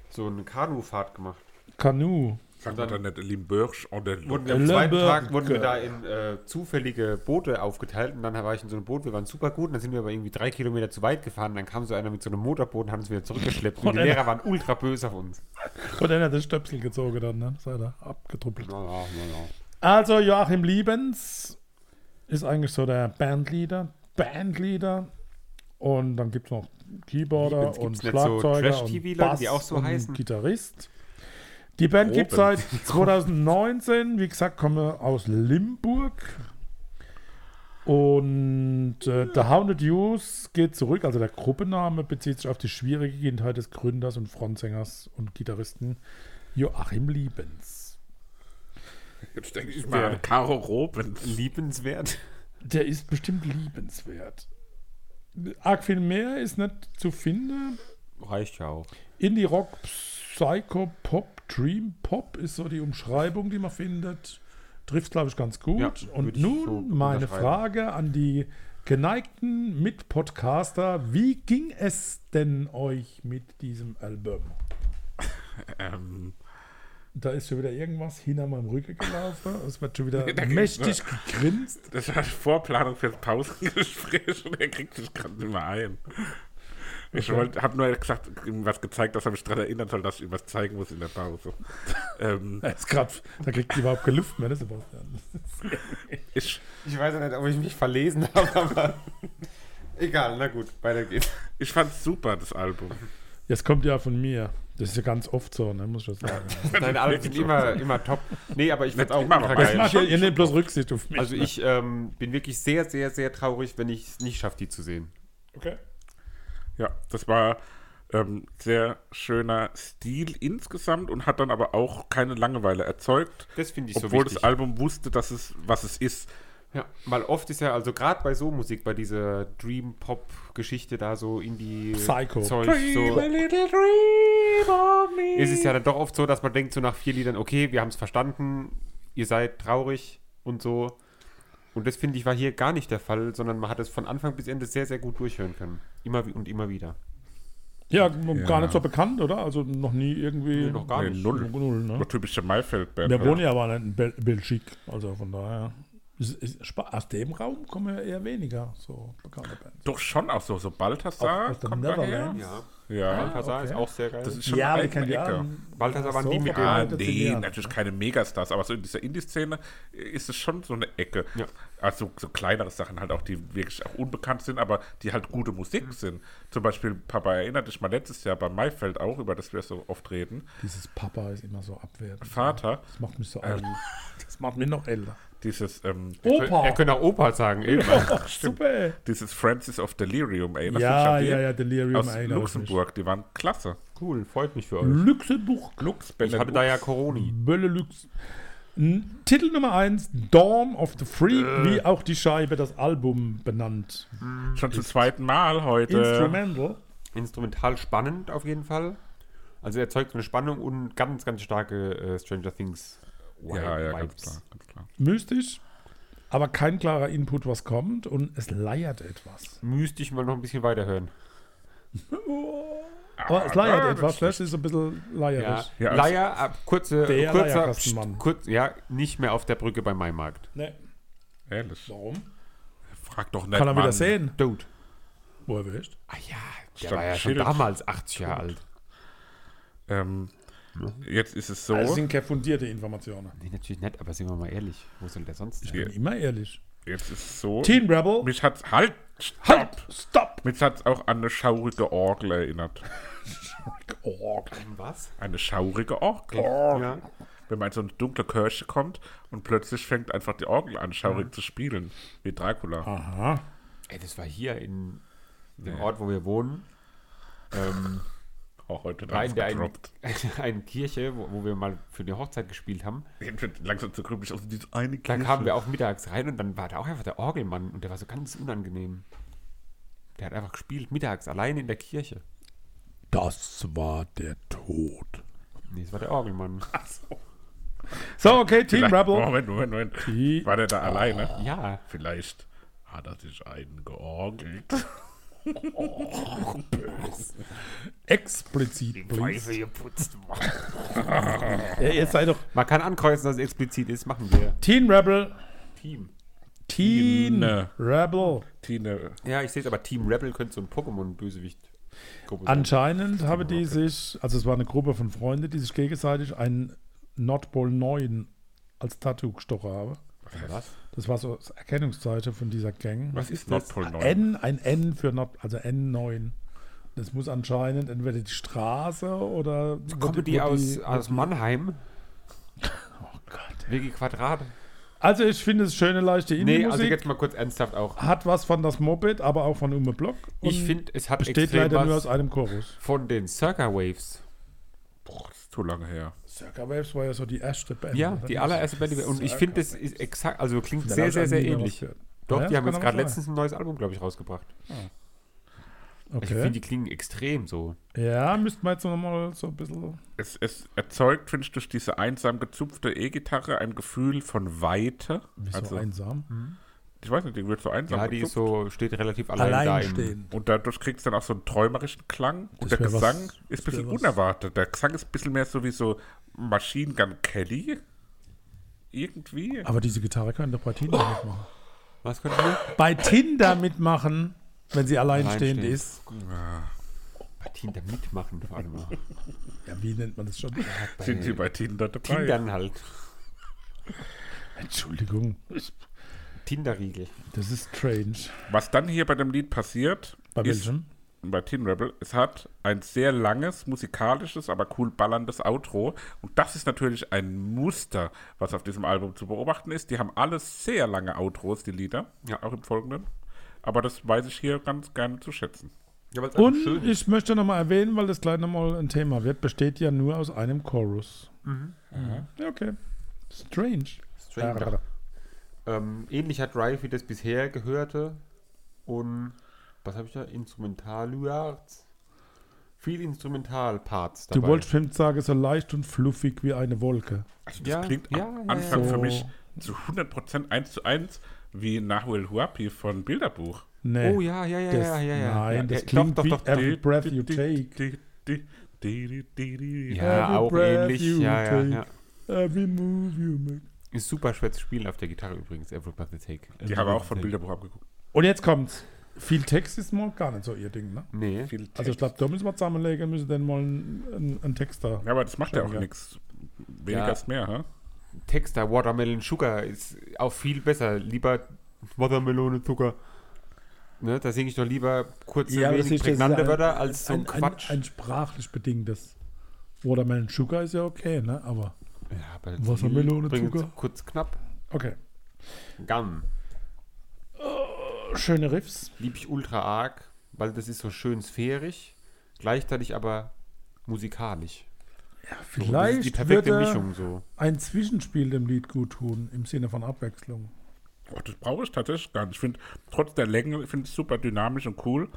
[SPEAKER 3] so eine Kanufahrt gemacht.
[SPEAKER 2] Kanu.
[SPEAKER 1] Sagt man dann nicht Limburg oder
[SPEAKER 3] Wurden wir am zweiten
[SPEAKER 2] Lemberg.
[SPEAKER 3] Tag wurden wir da in äh, zufällige Boote aufgeteilt und dann war ich in so einem Boot, wir waren super gut und dann sind wir aber irgendwie drei Kilometer zu weit gefahren. Dann kam so einer mit so einem Motorboot und hat uns wieder zurückgeschleppt und die
[SPEAKER 2] Und einer-
[SPEAKER 3] Lehrer waren ultra böse auf uns.
[SPEAKER 2] Und dann hat das Stöpsel gezogen dann, ne? Sei da abgetruppelt.
[SPEAKER 3] Na, na, na, na.
[SPEAKER 2] Also Joachim Liebens ist eigentlich so der Bandleader. Bandleader. Und dann gibt es noch Keyboarder
[SPEAKER 3] Liebens
[SPEAKER 2] und
[SPEAKER 3] gibt's nicht so
[SPEAKER 2] Schlagzeuger und
[SPEAKER 3] Trash-TV-Leute,
[SPEAKER 2] Bass
[SPEAKER 3] die auch so
[SPEAKER 2] und
[SPEAKER 3] heißen?
[SPEAKER 2] Gitarrist. Die Band gibt es seit
[SPEAKER 1] Robin.
[SPEAKER 2] 2019. Wie gesagt, komme aus Limburg. Und äh, The Hounded Youth geht zurück, also der Gruppenname bezieht sich auf die schwierige Kindheit des Gründers und Frontsängers und Gitarristen Joachim Liebens.
[SPEAKER 1] Jetzt denke ich mal an Caro Robens.
[SPEAKER 3] Liebenswert.
[SPEAKER 2] Der ist bestimmt liebenswert. Arg viel mehr ist nicht zu finden.
[SPEAKER 3] Reicht ja auch.
[SPEAKER 2] Indie Rock, Psycho Pop, Dream Pop ist so die Umschreibung, die man findet. Trifft, glaube ich, ganz gut.
[SPEAKER 3] Ja,
[SPEAKER 2] Und
[SPEAKER 3] würde ich
[SPEAKER 2] nun
[SPEAKER 3] so
[SPEAKER 2] meine
[SPEAKER 3] unterschreiben.
[SPEAKER 2] Frage an die geneigten Mitpodcaster. Wie ging es denn euch mit diesem Album?
[SPEAKER 1] Ähm,
[SPEAKER 2] Da ist schon wieder irgendwas hinter meinem Rücken gelaufen. Es wird schon wieder
[SPEAKER 1] Da ging's,
[SPEAKER 2] mächtig gegrinst.
[SPEAKER 1] das war Vorplanung fürs Pausengespräch und er kriegt sich gerade nicht mehr ein. Ich habe nur gesagt, ihm was gezeigt, dass er mich daran erinnern soll, dass ich ihm was zeigen muss in der Pause. ähm,
[SPEAKER 2] Er ist grad, da kriegt die überhaupt keine Luft mehr, ne, Sebastian?
[SPEAKER 1] ich
[SPEAKER 3] Ich weiß ja nicht, ob ich mich verlesen habe, aber egal, na gut, weiter geht's.
[SPEAKER 1] ich fand super, das Album.
[SPEAKER 2] Das kommt ja von mir. Das ist ja ganz oft so, ne, muss ich schon sagen.
[SPEAKER 3] Deine Alben sind immer, immer top. Nee, aber ich find's auch
[SPEAKER 1] Nicht immer,
[SPEAKER 3] ultra
[SPEAKER 1] aber
[SPEAKER 2] Das
[SPEAKER 3] geil.
[SPEAKER 1] manchmal.
[SPEAKER 2] macht ja, ihr nehmt bloß Rücksicht auf mich.
[SPEAKER 3] Also
[SPEAKER 2] ne?
[SPEAKER 3] ich ähm, bin wirklich sehr, sehr, sehr traurig, wenn ich es nicht schaffe, die zu sehen.
[SPEAKER 2] Okay.
[SPEAKER 3] äh,
[SPEAKER 1] Ja, das war ähm, sehr schöner Stil insgesamt und hat dann aber auch keine Langeweile erzeugt,
[SPEAKER 3] Das finde ich
[SPEAKER 1] obwohl
[SPEAKER 3] so wichtig.
[SPEAKER 1] das Album wusste, dass es was es ist.
[SPEAKER 3] Ja, weil oft ist ja, also gerade bei so Musik, bei dieser Dream-Pop-Geschichte da so in die
[SPEAKER 2] Psycho.
[SPEAKER 3] Zeug, so,
[SPEAKER 1] little dream of me.
[SPEAKER 3] ist es ja dann doch oft so, dass man denkt so nach vier Liedern, okay, wir haben es verstanden, ihr seid traurig und so. Und das finde ich war hier gar nicht der Fall, sondern man hat es von Anfang bis Ende sehr, sehr gut durchhören können. Immer wie- und immer wieder.
[SPEAKER 2] Ja,
[SPEAKER 1] Ja.
[SPEAKER 2] gar nicht so bekannt, oder? Also noch nie irgendwie.
[SPEAKER 3] Nee, noch gar
[SPEAKER 1] Nee,
[SPEAKER 3] nicht.
[SPEAKER 1] null.
[SPEAKER 2] Null, ne?
[SPEAKER 1] Nur typische Maifeld-Band.
[SPEAKER 2] Wir wohnen ja aber nicht in Bel Belgik, also von daher. Es ist spa- aus dem Raum kommen ja eher weniger so bekannte Bands.
[SPEAKER 1] Doch schon auch so, so Balthasar
[SPEAKER 2] Auch aus den
[SPEAKER 1] kommt daher.
[SPEAKER 2] Netherlands?
[SPEAKER 3] Ja.
[SPEAKER 1] Ja.
[SPEAKER 3] Balthasar ist
[SPEAKER 2] okay.
[SPEAKER 3] auch sehr geil.
[SPEAKER 1] Das ist schon eine eigene Ecke.
[SPEAKER 3] Balthasar waren
[SPEAKER 2] so
[SPEAKER 3] die mit dem-
[SPEAKER 1] Ah,
[SPEAKER 2] verbreitet sind
[SPEAKER 1] nee,
[SPEAKER 2] die ja.
[SPEAKER 1] natürlich keine Megastars, aber so in dieser Indie-Szene ist es schon so eine Ecke.
[SPEAKER 3] Ja.
[SPEAKER 1] Also so kleinere Sachen halt auch, die wirklich auch unbekannt sind, aber die halt gute Musik sind. Zum Beispiel, Papa erinnert dich mal letztes Jahr bei Maifeld auch, über das wir so oft reden,
[SPEAKER 2] Dieses Papa ist immer so abwertend.
[SPEAKER 1] Vater,
[SPEAKER 2] Das macht mich so
[SPEAKER 3] Äh.
[SPEAKER 2] alt.
[SPEAKER 1] ähm,
[SPEAKER 2] Das macht mich noch älter.
[SPEAKER 1] dieses, ähm,
[SPEAKER 3] Er könnte auch Opa sagen, eben.
[SPEAKER 2] Ach, super.
[SPEAKER 1] dieses Francis of Delirium, ey. das sind
[SPEAKER 2] Ja,
[SPEAKER 1] schon die
[SPEAKER 2] ja, ja, Delirium
[SPEAKER 1] Aus
[SPEAKER 2] erinnert mich.
[SPEAKER 1] Luxemburg, die waren klasse.
[SPEAKER 3] Cool, freut mich für
[SPEAKER 1] Mhm.
[SPEAKER 3] euch.
[SPEAKER 2] Luxemburg.
[SPEAKER 1] Lux,
[SPEAKER 3] Ich hatte da ja Corona.
[SPEAKER 2] Bölle Lux. N- Titel Nummer 1, Dawn of the Freak,
[SPEAKER 1] Äh.
[SPEAKER 2] wie auch die Scheibe, das Album benannt.
[SPEAKER 1] schon zum zweiten Mal heute.
[SPEAKER 2] Instrumental.
[SPEAKER 3] Instrumental spannend auf jeden Fall. Also erzeugt eine Spannung und ganz, ganz starke äh, Stranger Things
[SPEAKER 1] Ja, ja, ganz
[SPEAKER 3] Vibes.
[SPEAKER 1] klar, ganz klar.
[SPEAKER 2] mystisch, aber kein klarer Input, was kommt und es leiert etwas.
[SPEAKER 3] Müsste ich mal noch ein bisschen weiterhören.
[SPEAKER 2] Aber
[SPEAKER 1] Ah,
[SPEAKER 2] es leiert etwas, das ist ein bisschen
[SPEAKER 3] Ja,
[SPEAKER 2] leierig.
[SPEAKER 1] Ja,
[SPEAKER 3] Leier, ab, kurze,
[SPEAKER 2] Der
[SPEAKER 3] kurzer,
[SPEAKER 2] Leierkastenmann.
[SPEAKER 3] pst, kurz, ja, nicht mehr auf der Brücke beim Maimarkt.
[SPEAKER 2] Ne,
[SPEAKER 1] Ehrlich.
[SPEAKER 2] warum?
[SPEAKER 1] Frag doch nicht.
[SPEAKER 2] Kann er wieder
[SPEAKER 1] Mann.
[SPEAKER 2] sehen,
[SPEAKER 3] Dude.
[SPEAKER 2] wo er wischt.
[SPEAKER 3] Ah ja, der
[SPEAKER 1] Stand
[SPEAKER 3] war ja schon
[SPEAKER 1] Schild.
[SPEAKER 3] damals 80 Jahre alt.
[SPEAKER 1] Ähm, jetzt ist es so.
[SPEAKER 2] Das sind keine fundierte Informationen.
[SPEAKER 3] Nee, natürlich nicht, aber sind wir mal ehrlich, wo soll der sonst sein?
[SPEAKER 2] Ich bin immer ehrlich.
[SPEAKER 1] Jetzt ist es so.
[SPEAKER 2] Teen Rebel.
[SPEAKER 1] Mich hat's halt. Stopp.
[SPEAKER 2] Halt! Stopp!
[SPEAKER 1] Mich hat's auch an eine schaurige Orgel erinnert.
[SPEAKER 2] Oh,
[SPEAKER 3] Was?
[SPEAKER 1] Eine schaurige Orgel.
[SPEAKER 3] Ja.
[SPEAKER 1] Wenn man in so eine dunkle Kirche kommt und plötzlich fängt einfach die Orgel an, schaurig zu spielen. Wie Dracula.
[SPEAKER 3] Ah.
[SPEAKER 2] aha.
[SPEAKER 3] Ey, das war hier in dem Ort, wo wir wohnen. Ähm,
[SPEAKER 1] Auch heute
[SPEAKER 3] war in
[SPEAKER 1] Nacht
[SPEAKER 3] der einen,
[SPEAKER 1] gedroppt.
[SPEAKER 3] einen Kirche, wo, wo wir mal für die Hochzeit gespielt haben.
[SPEAKER 1] Ich bin langsam zu grüblich. Also diese eine
[SPEAKER 3] Da
[SPEAKER 1] Kirche.
[SPEAKER 3] kamen wir auch mittags rein und dann war da auch einfach der Orgelmann und der war so ganz unangenehm. Der hat einfach gespielt, mittags, allein in der Kirche.
[SPEAKER 2] Das war der Tod.
[SPEAKER 3] Nee, das war der Orgelmann.
[SPEAKER 2] So, okay, Teen
[SPEAKER 1] Vielleicht-
[SPEAKER 2] Rebel.
[SPEAKER 1] Moment, Moment, Moment.
[SPEAKER 2] Die- Ah.
[SPEAKER 1] War der da alleine?
[SPEAKER 3] Ja.
[SPEAKER 1] Vielleicht hat er sich einen georgelt.
[SPEAKER 2] Explizit, please.
[SPEAKER 3] geputzt.
[SPEAKER 2] Ja, Äh, jetzt sei doch
[SPEAKER 3] Man kann ankreuzen, dass es explizit ist, machen wir.
[SPEAKER 2] Teen Rebel.
[SPEAKER 3] Team.
[SPEAKER 2] Teen
[SPEAKER 1] Tine.
[SPEAKER 2] Rebel.
[SPEAKER 1] Tine.
[SPEAKER 3] Ja, ich sehe es, aber Team Rebel könnte so ein Pokémon-Bösewicht-Gruppe sein.
[SPEAKER 2] Anscheinend habe die sich, also es war eine Gruppe von Freunden, die sich gegenseitig einen Nordpol 9 als Tattoo gestochen haben.
[SPEAKER 3] Was?
[SPEAKER 2] Das war so das Erkennungszeichen von dieser Gang.
[SPEAKER 1] Was ist Nordpol 9?
[SPEAKER 2] N, ein N für Nord, also N9. Das muss anscheinend entweder die Straße oder. wo
[SPEAKER 3] Kommen
[SPEAKER 2] wo
[SPEAKER 3] die aus, aus Mannheim?
[SPEAKER 2] Oh Gott.
[SPEAKER 3] Wege Quadrat?
[SPEAKER 2] Also ich finde es schöne leichte
[SPEAKER 3] Nee,
[SPEAKER 2] Indie-Musik.
[SPEAKER 3] also jetzt mal kurz ernsthaft auch.
[SPEAKER 2] hat was von das Moped, aber auch von Ume Block.
[SPEAKER 3] Ich
[SPEAKER 2] und
[SPEAKER 3] finde, es hat
[SPEAKER 2] Besteht
[SPEAKER 3] extrem
[SPEAKER 2] leider nur
[SPEAKER 3] was
[SPEAKER 2] aus einem Chorus.
[SPEAKER 3] von den Circa Waves.
[SPEAKER 1] Boah, das ist zu lange her.
[SPEAKER 2] Circa Waves war ja so die erste Band.
[SPEAKER 3] Ja,
[SPEAKER 2] oder?
[SPEAKER 3] die allererste Band. die wir- Und ich
[SPEAKER 2] Circa
[SPEAKER 3] finde, das ist exakt, also klingt
[SPEAKER 2] Dann
[SPEAKER 3] sehr,
[SPEAKER 2] hab ich
[SPEAKER 3] sehr,
[SPEAKER 2] auch
[SPEAKER 3] sehr
[SPEAKER 2] nie mehr was
[SPEAKER 3] ähnlich.
[SPEAKER 2] gehört.
[SPEAKER 3] Doch,
[SPEAKER 2] Ja,
[SPEAKER 3] die
[SPEAKER 2] das kann
[SPEAKER 3] haben jetzt
[SPEAKER 2] aber
[SPEAKER 3] gerade
[SPEAKER 2] sein.
[SPEAKER 3] letztens ein neues Album, glaube ich, rausgebracht. Ich
[SPEAKER 2] Okay.
[SPEAKER 3] finde, die klingen extrem so.
[SPEAKER 2] Ja, müssten wir jetzt nochmal so ein bisschen.
[SPEAKER 1] Es, es erzeugt, finde ich, durch diese einsam gezupfte E-Gitarre ein Gefühl von Weite.
[SPEAKER 2] Wieso
[SPEAKER 1] Also,
[SPEAKER 2] einsam?
[SPEAKER 3] Mhm.
[SPEAKER 1] ich weiß nicht, die wird so einsam
[SPEAKER 3] Ja, die ist
[SPEAKER 1] gezupft.
[SPEAKER 3] so, steht relativ allein, da. im-
[SPEAKER 2] Alleinstehend.
[SPEAKER 1] Und dadurch kriegst du dann auch so einen träumerischen Klang. Und der
[SPEAKER 2] Das wär was-
[SPEAKER 1] Gesang
[SPEAKER 2] das
[SPEAKER 1] ist ein bisschen
[SPEAKER 2] wär was.
[SPEAKER 1] unerwartet. Der Gesang ist ein bisschen mehr so wie so Machine Gun Kelly. Irgendwie.
[SPEAKER 2] Aber diese Gitarre kann doch bei Tinder mitmachen.
[SPEAKER 3] Was könnten wir?
[SPEAKER 2] Bei Tinder mitmachen, wenn sie alleinstehend
[SPEAKER 3] Alleinstehend.
[SPEAKER 2] ist.
[SPEAKER 3] Bei Tinder mitmachen vor allem. auch.
[SPEAKER 2] Ja, wie nennt man das schon?
[SPEAKER 1] Sind sie bei Tinder dabei?
[SPEAKER 3] Tindern halt.
[SPEAKER 2] Entschuldigung.
[SPEAKER 3] Tinderriegel.
[SPEAKER 2] Das ist strange.
[SPEAKER 1] Was dann hier bei dem Lied passiert,
[SPEAKER 2] Bei
[SPEAKER 1] ist
[SPEAKER 2] welchem?
[SPEAKER 1] bei Teen Rebel, es hat ein sehr langes, musikalisches, aber cool ballerndes Outro. Und das ist natürlich ein Muster, was auf diesem Album zu beobachten ist. Die haben alle sehr lange Outros, die Lieder,
[SPEAKER 3] Ja.
[SPEAKER 1] auch im Folgenden. Aber das weiß ich hier ganz gerne zu schätzen.
[SPEAKER 3] Ja, weil es
[SPEAKER 2] Und ich möchte nochmal erwähnen, weil das gleich nochmal ein Thema wird, besteht ja nur aus einem Chorus. Ja, okay. Strange.
[SPEAKER 3] Stranger. Ähm, ähnlich hat Drive wie das bisher gehörte. Und was habe ich da? Instrumentallyards. Viel Instrumentalparts
[SPEAKER 2] Du
[SPEAKER 3] dabei.
[SPEAKER 2] wolltest bestimmt sagen, so leicht und fluffig wie eine Wolke.
[SPEAKER 1] Also das
[SPEAKER 3] Ja,
[SPEAKER 1] klingt
[SPEAKER 3] ja,
[SPEAKER 1] am
[SPEAKER 3] ja,
[SPEAKER 1] Anfang
[SPEAKER 2] ja.
[SPEAKER 1] für
[SPEAKER 2] So.
[SPEAKER 1] mich zu 100% eins zu eins wie Nahuel Huapi von Bilderbuch.
[SPEAKER 2] Nee.
[SPEAKER 3] Oh ja, ja, ja,
[SPEAKER 2] Äh, das,
[SPEAKER 3] ja, ja, ja.
[SPEAKER 2] Nein,
[SPEAKER 3] ja,
[SPEAKER 2] das
[SPEAKER 3] ja,
[SPEAKER 2] klingt
[SPEAKER 3] doch,
[SPEAKER 2] wie
[SPEAKER 3] doch, doch.
[SPEAKER 2] Every Breath You Take.
[SPEAKER 1] Ja.
[SPEAKER 3] Ja,
[SPEAKER 2] Every
[SPEAKER 3] auch
[SPEAKER 2] breath
[SPEAKER 3] ähnlich.
[SPEAKER 2] you
[SPEAKER 3] Ja, ja,
[SPEAKER 2] take.
[SPEAKER 3] ja.
[SPEAKER 2] Every move you make.
[SPEAKER 3] Ist super schwer zu spielen auf der Gitarre übrigens, Every Breath You Take. Also
[SPEAKER 1] Die haben auch von Bilderbuch abgeguckt.
[SPEAKER 2] Und jetzt kommt's. Viel Text ist mal gar nicht so ihr Ding, ne?
[SPEAKER 3] Nee.
[SPEAKER 1] Viel
[SPEAKER 2] Also ich glaube, da müssen wir zusammenlegen, müssen dann mal einen, einen, einen Text da.
[SPEAKER 1] Ja, aber das macht ja auch
[SPEAKER 2] Ja.
[SPEAKER 1] nichts. Weniger
[SPEAKER 3] Ja.
[SPEAKER 1] ist mehr, hä?
[SPEAKER 3] Texter Watermelon Sugar ist auch viel besser. Lieber Watermelone Zucker. Ne, da singe ich doch lieber kurze,
[SPEAKER 2] aber
[SPEAKER 3] wenig
[SPEAKER 2] das ist- das ist
[SPEAKER 3] prägnante
[SPEAKER 2] ein-
[SPEAKER 3] Wörter als so ein, Quatsch.
[SPEAKER 2] Ein, ein sprachlich bedingtes. Watermelon Sugar ist ja okay, ne? Aber
[SPEAKER 3] ja, aber das
[SPEAKER 2] Wassermelone,
[SPEAKER 3] bringt
[SPEAKER 2] Zucker.
[SPEAKER 3] Kurz knapp.
[SPEAKER 2] okay.
[SPEAKER 3] Gum.
[SPEAKER 2] Schöne Riffs.
[SPEAKER 3] Lieb ich ultra arg, weil das ist so schön sphärisch, gleichzeitig aber musikalisch. So, das ist die
[SPEAKER 2] Vielleicht
[SPEAKER 3] perfekte
[SPEAKER 2] würde
[SPEAKER 3] Mischung so.
[SPEAKER 2] ein Zwischenspiel dem Lied gut tun, im Sinne von Abwechslung.
[SPEAKER 1] Oh, das brauche ich tatsächlich gar nicht. Ich finde, trotz der Länge, ich finde es super dynamisch und cool.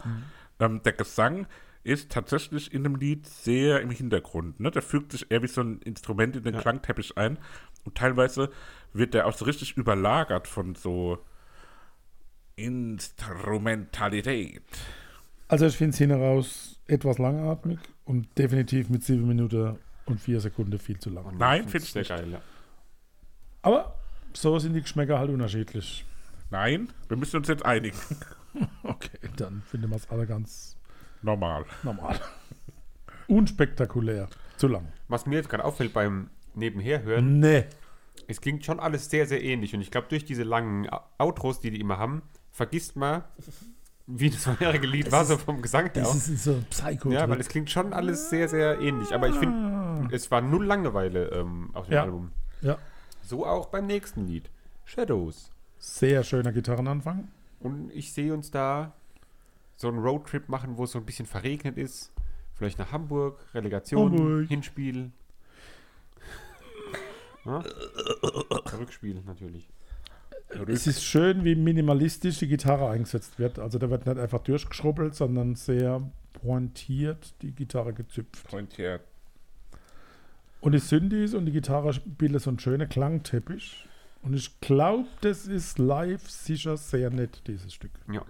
[SPEAKER 1] Ähm, der Gesang ist tatsächlich in dem Lied sehr im Hintergrund. Ne? Der fügt sich eher wie so ein Instrument in den Klangteppich ein. Und teilweise wird der auch so richtig überlagert von so Instrumentalität.
[SPEAKER 2] Also ich finde es hin raus etwas langatmig und definitiv mit sieben Minuten und vier Sekunden viel zu lang.
[SPEAKER 3] Und
[SPEAKER 1] Nein,
[SPEAKER 3] das
[SPEAKER 1] find ich
[SPEAKER 3] sehr
[SPEAKER 1] nicht.
[SPEAKER 3] geil. Ja.
[SPEAKER 2] Aber so sind die Geschmäcker halt unterschiedlich.
[SPEAKER 1] Nein, wir müssen uns jetzt einigen.
[SPEAKER 2] Okay, dann finden wir es alle ganz
[SPEAKER 1] Normal.
[SPEAKER 2] normal. Unspektakulär. Zu lang.
[SPEAKER 3] Was mir jetzt gerade auffällt beim Nebenherhören,
[SPEAKER 2] Nee.
[SPEAKER 3] Es klingt schon alles sehr, sehr ähnlich. Und ich glaube, durch diese langen Au- Outros, die die immer haben, vergisst man, wie das vorherige Lied war, so vom Gesang her
[SPEAKER 2] Das
[SPEAKER 3] auch.
[SPEAKER 2] ist so psycho. Ah.
[SPEAKER 3] Ja, weil es klingt schon alles sehr, sehr ähnlich. Aber ich finde, es war null Langeweile ähm, auf dem
[SPEAKER 2] Ja.
[SPEAKER 3] Album.
[SPEAKER 2] ja.
[SPEAKER 3] So auch beim nächsten Lied, Shadows.
[SPEAKER 2] Sehr schöner Gitarrenanfang.
[SPEAKER 3] Und ich sehe uns da so einen Roadtrip machen, wo es so ein bisschen verregnet ist. Vielleicht nach Hamburg, Relegation,
[SPEAKER 2] Hamburg.
[SPEAKER 3] Hinspiel. Ja? Rückspiel natürlich.
[SPEAKER 2] Es ist schön, wie minimalistisch die Gitarre eingesetzt wird. Also da wird nicht einfach durchgeschrubbelt, sondern sehr pointiert die Gitarre gezüpft.
[SPEAKER 1] Pointiert.
[SPEAKER 2] Und die Synthes und die Gitarre bilden so einen schönen Klangteppich. Und ich glaube, das ist live sicher sehr nett, dieses Stück.
[SPEAKER 3] Ja.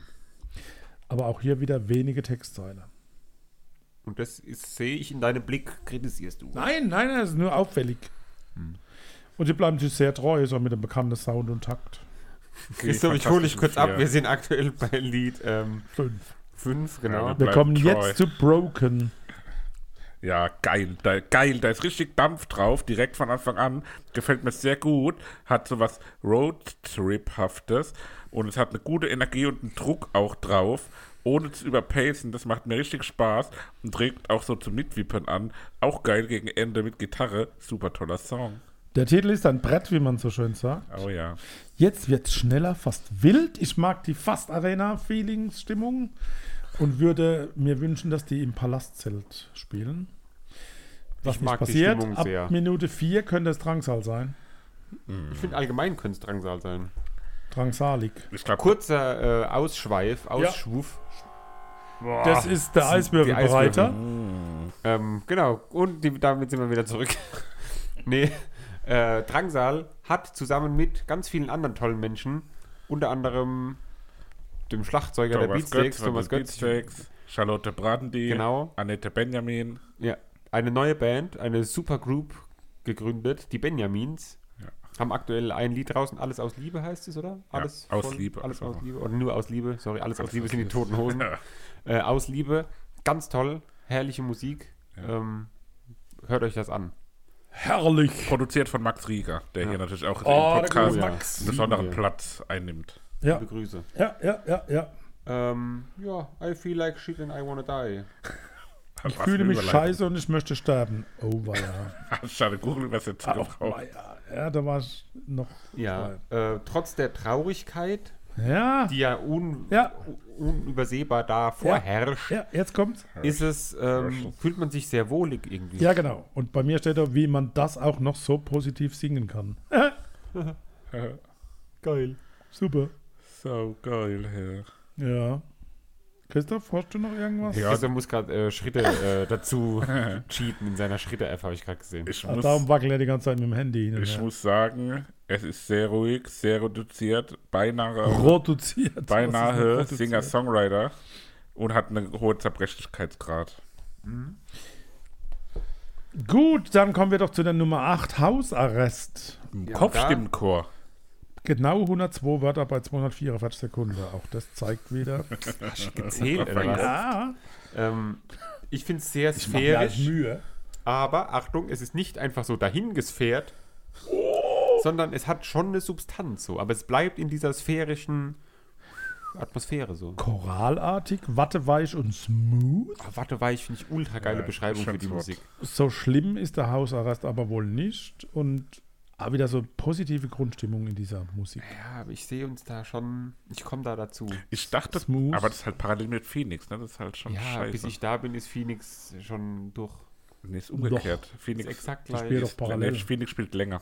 [SPEAKER 2] Aber auch hier wieder wenige Textzeile.
[SPEAKER 3] Und das ist- sehe ich in deinem Blick, kritisierst du.
[SPEAKER 2] Nein, nein, nein, es ist nur auffällig.
[SPEAKER 1] Hm.
[SPEAKER 2] Und sie bleiben sich sehr treu, so mit dem bekannten Sound und Takt.
[SPEAKER 3] Christoph, ich hole dich kurz ab. Wir sind aktuell bei Lied 5,
[SPEAKER 2] Fünf.
[SPEAKER 3] genau.
[SPEAKER 1] Ja,
[SPEAKER 2] Wir
[SPEAKER 1] Bleibt
[SPEAKER 2] kommen
[SPEAKER 1] treu.
[SPEAKER 2] jetzt zu Broken.
[SPEAKER 1] Ja, geil, da, geil, da ist richtig Dampf drauf, direkt von Anfang an. Gefällt mir sehr gut, hat so was Roadtrip-haftes und es hat eine gute Energie und einen Druck auch drauf, ohne zu überpacen. Das macht mir richtig Spaß und trägt auch so zum Mitwippern an. Auch geil gegen Ende mit Gitarre, super toller Song.
[SPEAKER 2] Der Titel ist ein Brett, wie man so schön sagt.
[SPEAKER 1] Oh ja.
[SPEAKER 2] Jetzt wird's schneller, fast wild. Ich mag die Fast-Arena-Feelings-Stimmung und würde mir wünschen, dass die im Palastzelt spielen. Was
[SPEAKER 3] Ich
[SPEAKER 2] nicht
[SPEAKER 3] mag die
[SPEAKER 2] passiert,
[SPEAKER 3] Stimmung
[SPEAKER 2] ab
[SPEAKER 3] sehr.
[SPEAKER 2] Minute 4 könnte es Drangsal sein.
[SPEAKER 1] mhm.
[SPEAKER 3] Ich finde allgemein könnte es Drangsal sein.
[SPEAKER 2] Drangsalig.
[SPEAKER 1] Ich glaube,
[SPEAKER 3] Kurzer äh, Ausschweif, Ausschwuff.
[SPEAKER 2] das ist der Eiswürfelbereiter.
[SPEAKER 1] Mm,
[SPEAKER 3] Ähm, genau, und die, damit sind wir wieder zurück. nee, äh, Drangsal hat zusammen mit ganz vielen anderen tollen Menschen, unter anderem dem Schlagzeuger der
[SPEAKER 1] Thomas
[SPEAKER 3] Beatsteaks,
[SPEAKER 1] Götz,
[SPEAKER 3] Thomas Götz,
[SPEAKER 1] Beatsteaks, Charlotte Brandy,
[SPEAKER 3] Genau.
[SPEAKER 1] Annette Benjamin.
[SPEAKER 3] Ja, eine neue Band, eine Supergroup gegründet, die Benjamins. Haben aktuell ein Lied draußen, Alles aus Liebe heißt es, oder? Alles
[SPEAKER 1] aus
[SPEAKER 3] von-
[SPEAKER 1] Liebe,
[SPEAKER 3] Alles
[SPEAKER 1] also.
[SPEAKER 3] aus Liebe. Oder nur aus Liebe, sorry, Alles, aus Liebe
[SPEAKER 1] aus
[SPEAKER 3] sind die
[SPEAKER 1] Liebe.
[SPEAKER 3] toten Hosen. äh, aus Liebe, ganz toll, herrliche Musik.
[SPEAKER 1] Ja.
[SPEAKER 3] Ähm, hört euch das an.
[SPEAKER 2] Herrlich.
[SPEAKER 1] Produziert von Max Rieger, der hier natürlich auch im
[SPEAKER 2] Oh, der
[SPEAKER 1] Podcast
[SPEAKER 2] gute
[SPEAKER 3] Max.
[SPEAKER 1] einen besonderen
[SPEAKER 3] Siege.
[SPEAKER 1] Platz einnimmt.
[SPEAKER 2] Ja,
[SPEAKER 3] Liebe Grüße.
[SPEAKER 2] ja, ja, ja. ja.
[SPEAKER 3] Ähm, ja, I feel like shit and I wanna die.
[SPEAKER 2] Ich
[SPEAKER 1] Was
[SPEAKER 2] fühle
[SPEAKER 1] für
[SPEAKER 2] mich
[SPEAKER 1] Überleitung. Ah,
[SPEAKER 2] scheiße und ich möchte sterben. Oh, weia.
[SPEAKER 1] Schade, Google übersetzt
[SPEAKER 2] Oh,
[SPEAKER 1] gebraucht.
[SPEAKER 2] weia. Ja, da war ich noch.
[SPEAKER 3] Ja, äh, trotz der Traurigkeit,
[SPEAKER 2] Ja,
[SPEAKER 3] die ja, un
[SPEAKER 2] Ja.
[SPEAKER 3] u- unübersehbar da vorherrscht,
[SPEAKER 2] ja jetzt kommt's.
[SPEAKER 3] ist es, ähm, fühlt man sich sehr wohlig irgendwie.
[SPEAKER 2] Ja, genau. Und bei mir steht da, wie man das auch noch so positiv singen kann. Geil. Super.
[SPEAKER 1] So geil,
[SPEAKER 2] Ja. Christoph, hast du noch irgendwas?
[SPEAKER 1] Ja.
[SPEAKER 3] Christoph muss gerade äh, Schritte äh, dazu cheaten in seiner Schritte-App, habe ich gerade gesehen.
[SPEAKER 1] Ich
[SPEAKER 2] Ach, darum
[SPEAKER 1] muss,
[SPEAKER 2] wackelt er die ganze Zeit mit dem Handy hin und
[SPEAKER 1] ich
[SPEAKER 2] her.
[SPEAKER 1] muss sagen, Es ist sehr ruhig, sehr reduziert, beinahe,
[SPEAKER 2] Reduziert. Was ist denn
[SPEAKER 1] beinahe
[SPEAKER 2] reduziert?
[SPEAKER 1] Singer-Songwriter und hat einen hohen Zerbrechlichkeitsgrad.
[SPEAKER 2] Gut, dann kommen wir doch zu der Nummer 8, Hausarrest.
[SPEAKER 1] Im
[SPEAKER 4] Ja,
[SPEAKER 1] Kopfstimmenchor.
[SPEAKER 2] Genau 102 Wörter bei 244 Sekunden. Auch das zeigt wieder.
[SPEAKER 3] Hast du gezählt,
[SPEAKER 1] oder was?
[SPEAKER 2] ja,
[SPEAKER 3] Ähm, ich finde es sehr
[SPEAKER 2] mach mir halt
[SPEAKER 3] sphärisch.
[SPEAKER 2] Mühe.
[SPEAKER 3] Aber Achtung, es ist nicht einfach so dahingespfärt, sondern es hat schon eine Substanz so. Aber es bleibt in dieser sphärischen Atmosphäre so.
[SPEAKER 2] Choralartig, watteweich und smooth.
[SPEAKER 3] Ah, Watteweich finde ich ultra geile
[SPEAKER 1] Ja,
[SPEAKER 3] Beschreibung für die
[SPEAKER 1] schönes Wort.
[SPEAKER 3] Musik.
[SPEAKER 2] So schlimm ist der Hausarrest aber wohl nicht. Und auch wieder so positive Grundstimmung in dieser Musik.
[SPEAKER 3] Ja, aber ich sehe uns da schon. Ich komme da dazu.
[SPEAKER 1] Ich dachte,
[SPEAKER 2] Smooth.
[SPEAKER 1] aber das ist halt parallel mit Phoenix, ne? Das ist halt schon
[SPEAKER 3] Ja,
[SPEAKER 1] scheiße.
[SPEAKER 3] bis ich da bin, ist Phoenix schon durch.
[SPEAKER 1] nee, ist umgekehrt.
[SPEAKER 3] Ist
[SPEAKER 1] Phoenix
[SPEAKER 3] exakt
[SPEAKER 2] Ich
[SPEAKER 3] gleich.
[SPEAKER 2] spiel doch
[SPEAKER 1] ist
[SPEAKER 2] parallel.
[SPEAKER 1] nee, Phoenix spielt länger.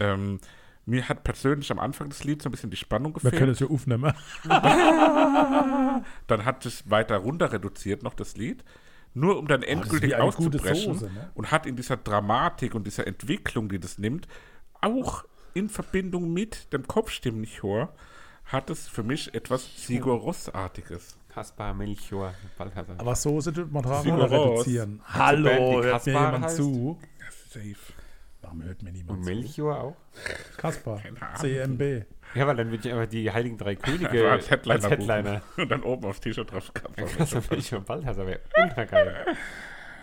[SPEAKER 1] Ähm, mir hat persönlich am Anfang des Lieds so ein bisschen die Spannung
[SPEAKER 2] Wir können
[SPEAKER 1] gefehlt.
[SPEAKER 2] es ja aufnehmen.
[SPEAKER 1] Dann hat es weiter runter reduziert noch das Lied, nur um dann
[SPEAKER 2] Oh, das ist wie
[SPEAKER 1] endgültig
[SPEAKER 2] eine gute
[SPEAKER 1] auszubrechen
[SPEAKER 2] Soße, ne?
[SPEAKER 1] und hat in dieser Dramatik und dieser Entwicklung, die das nimmt, auch in Verbindung mit dem Kopfstimmenchor, hat es für mich etwas
[SPEAKER 2] Oh.
[SPEAKER 1] Sigur Ross-artiges.
[SPEAKER 3] Kaspar Melchior Balthasar.
[SPEAKER 2] Aber Soße tut man drauf
[SPEAKER 1] Sigur Rós.
[SPEAKER 2] reduzieren.
[SPEAKER 3] Band,
[SPEAKER 2] Hallo,
[SPEAKER 3] die
[SPEAKER 2] hört mir
[SPEAKER 3] Kaspar
[SPEAKER 2] jemand
[SPEAKER 3] heißt?
[SPEAKER 2] zu?
[SPEAKER 1] Safe.
[SPEAKER 2] Warum hört mir
[SPEAKER 3] Und
[SPEAKER 2] niemand zu?
[SPEAKER 3] Melchior auch?
[SPEAKER 2] Kaspar,
[SPEAKER 1] Keine Ahnung.
[SPEAKER 2] CMB.
[SPEAKER 3] Ja, weil dann würde ich einfach die Heiligen Drei
[SPEAKER 1] Also
[SPEAKER 3] Könige
[SPEAKER 1] als Headliner.
[SPEAKER 3] als Headliner. Also
[SPEAKER 1] buchen. Und dann oben aufs T-Shirt drauf gehabt.
[SPEAKER 3] Kaspar Melchior Balthasar wäre ultra geil.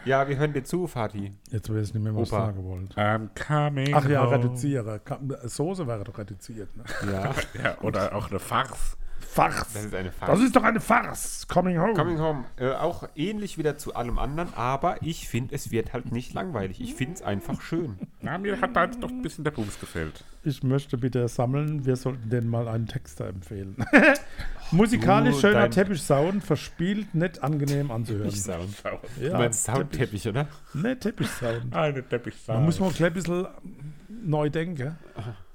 [SPEAKER 3] Ja, wir hören dir zu, Fatih.
[SPEAKER 2] Jetzt weiß ich nicht mehr, was ich
[SPEAKER 3] Opa.
[SPEAKER 2] sagen wollte.
[SPEAKER 1] I'm coming.
[SPEAKER 2] Ach ja,
[SPEAKER 1] home.
[SPEAKER 2] reduziere. Ka- Soße wäre doch reduziert. Ne?
[SPEAKER 3] Ja,
[SPEAKER 1] Ja, oder auch eine Farce.
[SPEAKER 2] Farce.
[SPEAKER 3] das
[SPEAKER 2] Das ist,
[SPEAKER 3] ist eine Farce.
[SPEAKER 2] doch eine Farce. Coming home.
[SPEAKER 3] Coming Home, äh, auch ähnlich wieder zu allem anderen, aber ich finde, es wird halt nicht langweilig. Ich finde es einfach schön.
[SPEAKER 1] Na, mir hat da jetzt doch ein bisschen der Bums gefällt.
[SPEAKER 2] Ich möchte bitte sammeln, wir sollten denen mal einen Texter empfehlen. Musikalisch
[SPEAKER 3] du,
[SPEAKER 2] schöner
[SPEAKER 3] dein-
[SPEAKER 2] Teppichsound, verspielt, nett angenehm anzuhören.
[SPEAKER 3] Sound.
[SPEAKER 2] Ja,
[SPEAKER 3] Du meinst Soundteppich, oder?
[SPEAKER 2] Ne, Teppichsound.
[SPEAKER 1] Eine Teppichsahne.
[SPEAKER 2] Da muss man gleich ein bisschen neu denken.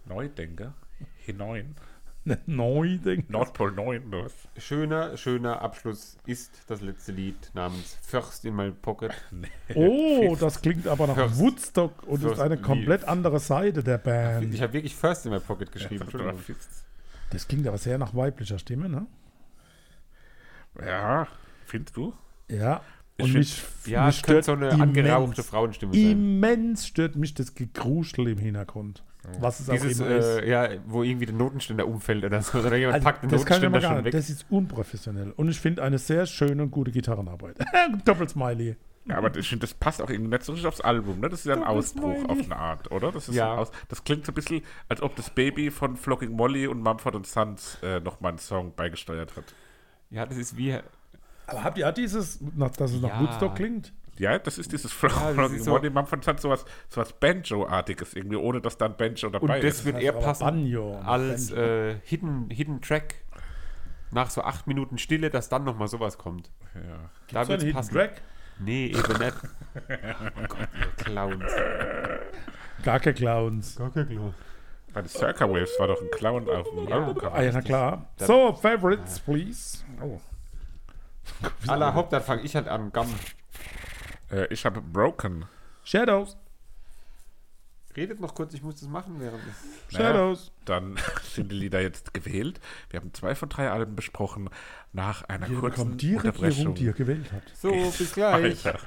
[SPEAKER 1] Neudenker. Hinein.
[SPEAKER 2] Ne, neu denken.
[SPEAKER 1] Nordpol 9, oder was?
[SPEAKER 3] Schöner, schöner Abschluss ist das letzte Lied namens First in My Pocket.
[SPEAKER 2] Oh, das klingt aber nach
[SPEAKER 3] First-
[SPEAKER 2] Woodstock und ist
[SPEAKER 3] First
[SPEAKER 2] eine komplett
[SPEAKER 3] Leaf.
[SPEAKER 2] andere Seite der Band.
[SPEAKER 3] Ich habe wirklich First in My Pocket geschrieben.
[SPEAKER 1] Oder
[SPEAKER 3] Entschuldigung.
[SPEAKER 1] Fist.
[SPEAKER 2] Das klingt aber sehr nach weiblicher Stimme, ne?
[SPEAKER 1] Ja, findest du?
[SPEAKER 2] Ja.
[SPEAKER 1] Ich
[SPEAKER 2] Und
[SPEAKER 1] find-
[SPEAKER 2] mich,
[SPEAKER 3] Ja,
[SPEAKER 2] mich
[SPEAKER 3] es könnte so eine angerauchte
[SPEAKER 2] immens-
[SPEAKER 3] Frauenstimme sein.
[SPEAKER 2] Immens stört mich das Gekruschel im Hintergrund. Was es
[SPEAKER 3] Oh. Dieses,
[SPEAKER 2] auch immer ist.
[SPEAKER 3] äh, ja, wo irgendwie der Notenständer umfällt oder so. Oder jemand
[SPEAKER 2] Also,
[SPEAKER 3] packt den
[SPEAKER 2] das kann ich
[SPEAKER 3] Notenständer
[SPEAKER 2] mal gar
[SPEAKER 3] schon
[SPEAKER 2] nicht.
[SPEAKER 3] weg.
[SPEAKER 2] Das ist unprofessionell. Und ich finde eine sehr schöne und gute Gitarrenarbeit. Doppelsmiley.
[SPEAKER 1] Ja, aber ich finde, das passt auch irgendwie nicht so richtig aufs Album, ne? Das ist ja ein
[SPEAKER 2] Das ist
[SPEAKER 1] Ausbruch
[SPEAKER 2] meine-
[SPEAKER 1] auf eine Art, oder? Das, ist
[SPEAKER 3] Ja.
[SPEAKER 1] ein Aus das klingt so ein bisschen, als ob das Baby von Flocking Molly und Mumford und Sons äh, nochmal einen Song beigesteuert hat.
[SPEAKER 3] Ja, das ist wie
[SPEAKER 2] Aber habt ihr auch dieses, nach, dass es nach
[SPEAKER 3] Ja.
[SPEAKER 2] Woodstock klingt?
[SPEAKER 1] Ja, das ist dieses Flocking
[SPEAKER 3] das
[SPEAKER 1] Molly,
[SPEAKER 3] ist so-
[SPEAKER 1] Mumford und Sons, sowas, sowas Banjo-artiges irgendwie, ohne dass da ein Banjo
[SPEAKER 3] Und
[SPEAKER 1] dabei
[SPEAKER 3] das
[SPEAKER 1] ist.
[SPEAKER 3] wird eher
[SPEAKER 2] aber
[SPEAKER 3] passen
[SPEAKER 2] Banjo.
[SPEAKER 3] als
[SPEAKER 2] Banjo.
[SPEAKER 3] äh, Hidden, Hidden Track. Nach so acht Minuten Stille, dass dann nochmal sowas kommt.
[SPEAKER 1] Ja.
[SPEAKER 3] Da
[SPEAKER 2] So ein
[SPEAKER 3] wird's
[SPEAKER 2] Hidden
[SPEAKER 3] passen.
[SPEAKER 2] Track?
[SPEAKER 3] Nee, eben nicht. Oh Gott, ihr Clowns.
[SPEAKER 2] Gar keine Clowns.
[SPEAKER 3] Gar kein Clown.
[SPEAKER 1] Weil die Circa Waves war doch ein Clown auf dem
[SPEAKER 3] Ja.
[SPEAKER 1] Albumcover.
[SPEAKER 2] Ah ja, na klar. So, Favorites, please.
[SPEAKER 1] Oh.
[SPEAKER 3] Aller Haupt, dann fange ich halt an. Gamm.
[SPEAKER 1] Äh, ich habe Broken.
[SPEAKER 2] Shadows,
[SPEAKER 3] Redet noch kurz, ich muss das machen während des.
[SPEAKER 2] Shadows.
[SPEAKER 1] Dann sind die Lieder jetzt gewählt. Wir haben zwei von drei Alben besprochen. Nach einer
[SPEAKER 2] Hier
[SPEAKER 1] kurzen
[SPEAKER 2] kommt die Regierung,
[SPEAKER 1] Unterbrechung.
[SPEAKER 2] die ihr gewählt habt.
[SPEAKER 3] So, bis gleich.
[SPEAKER 1] Alter.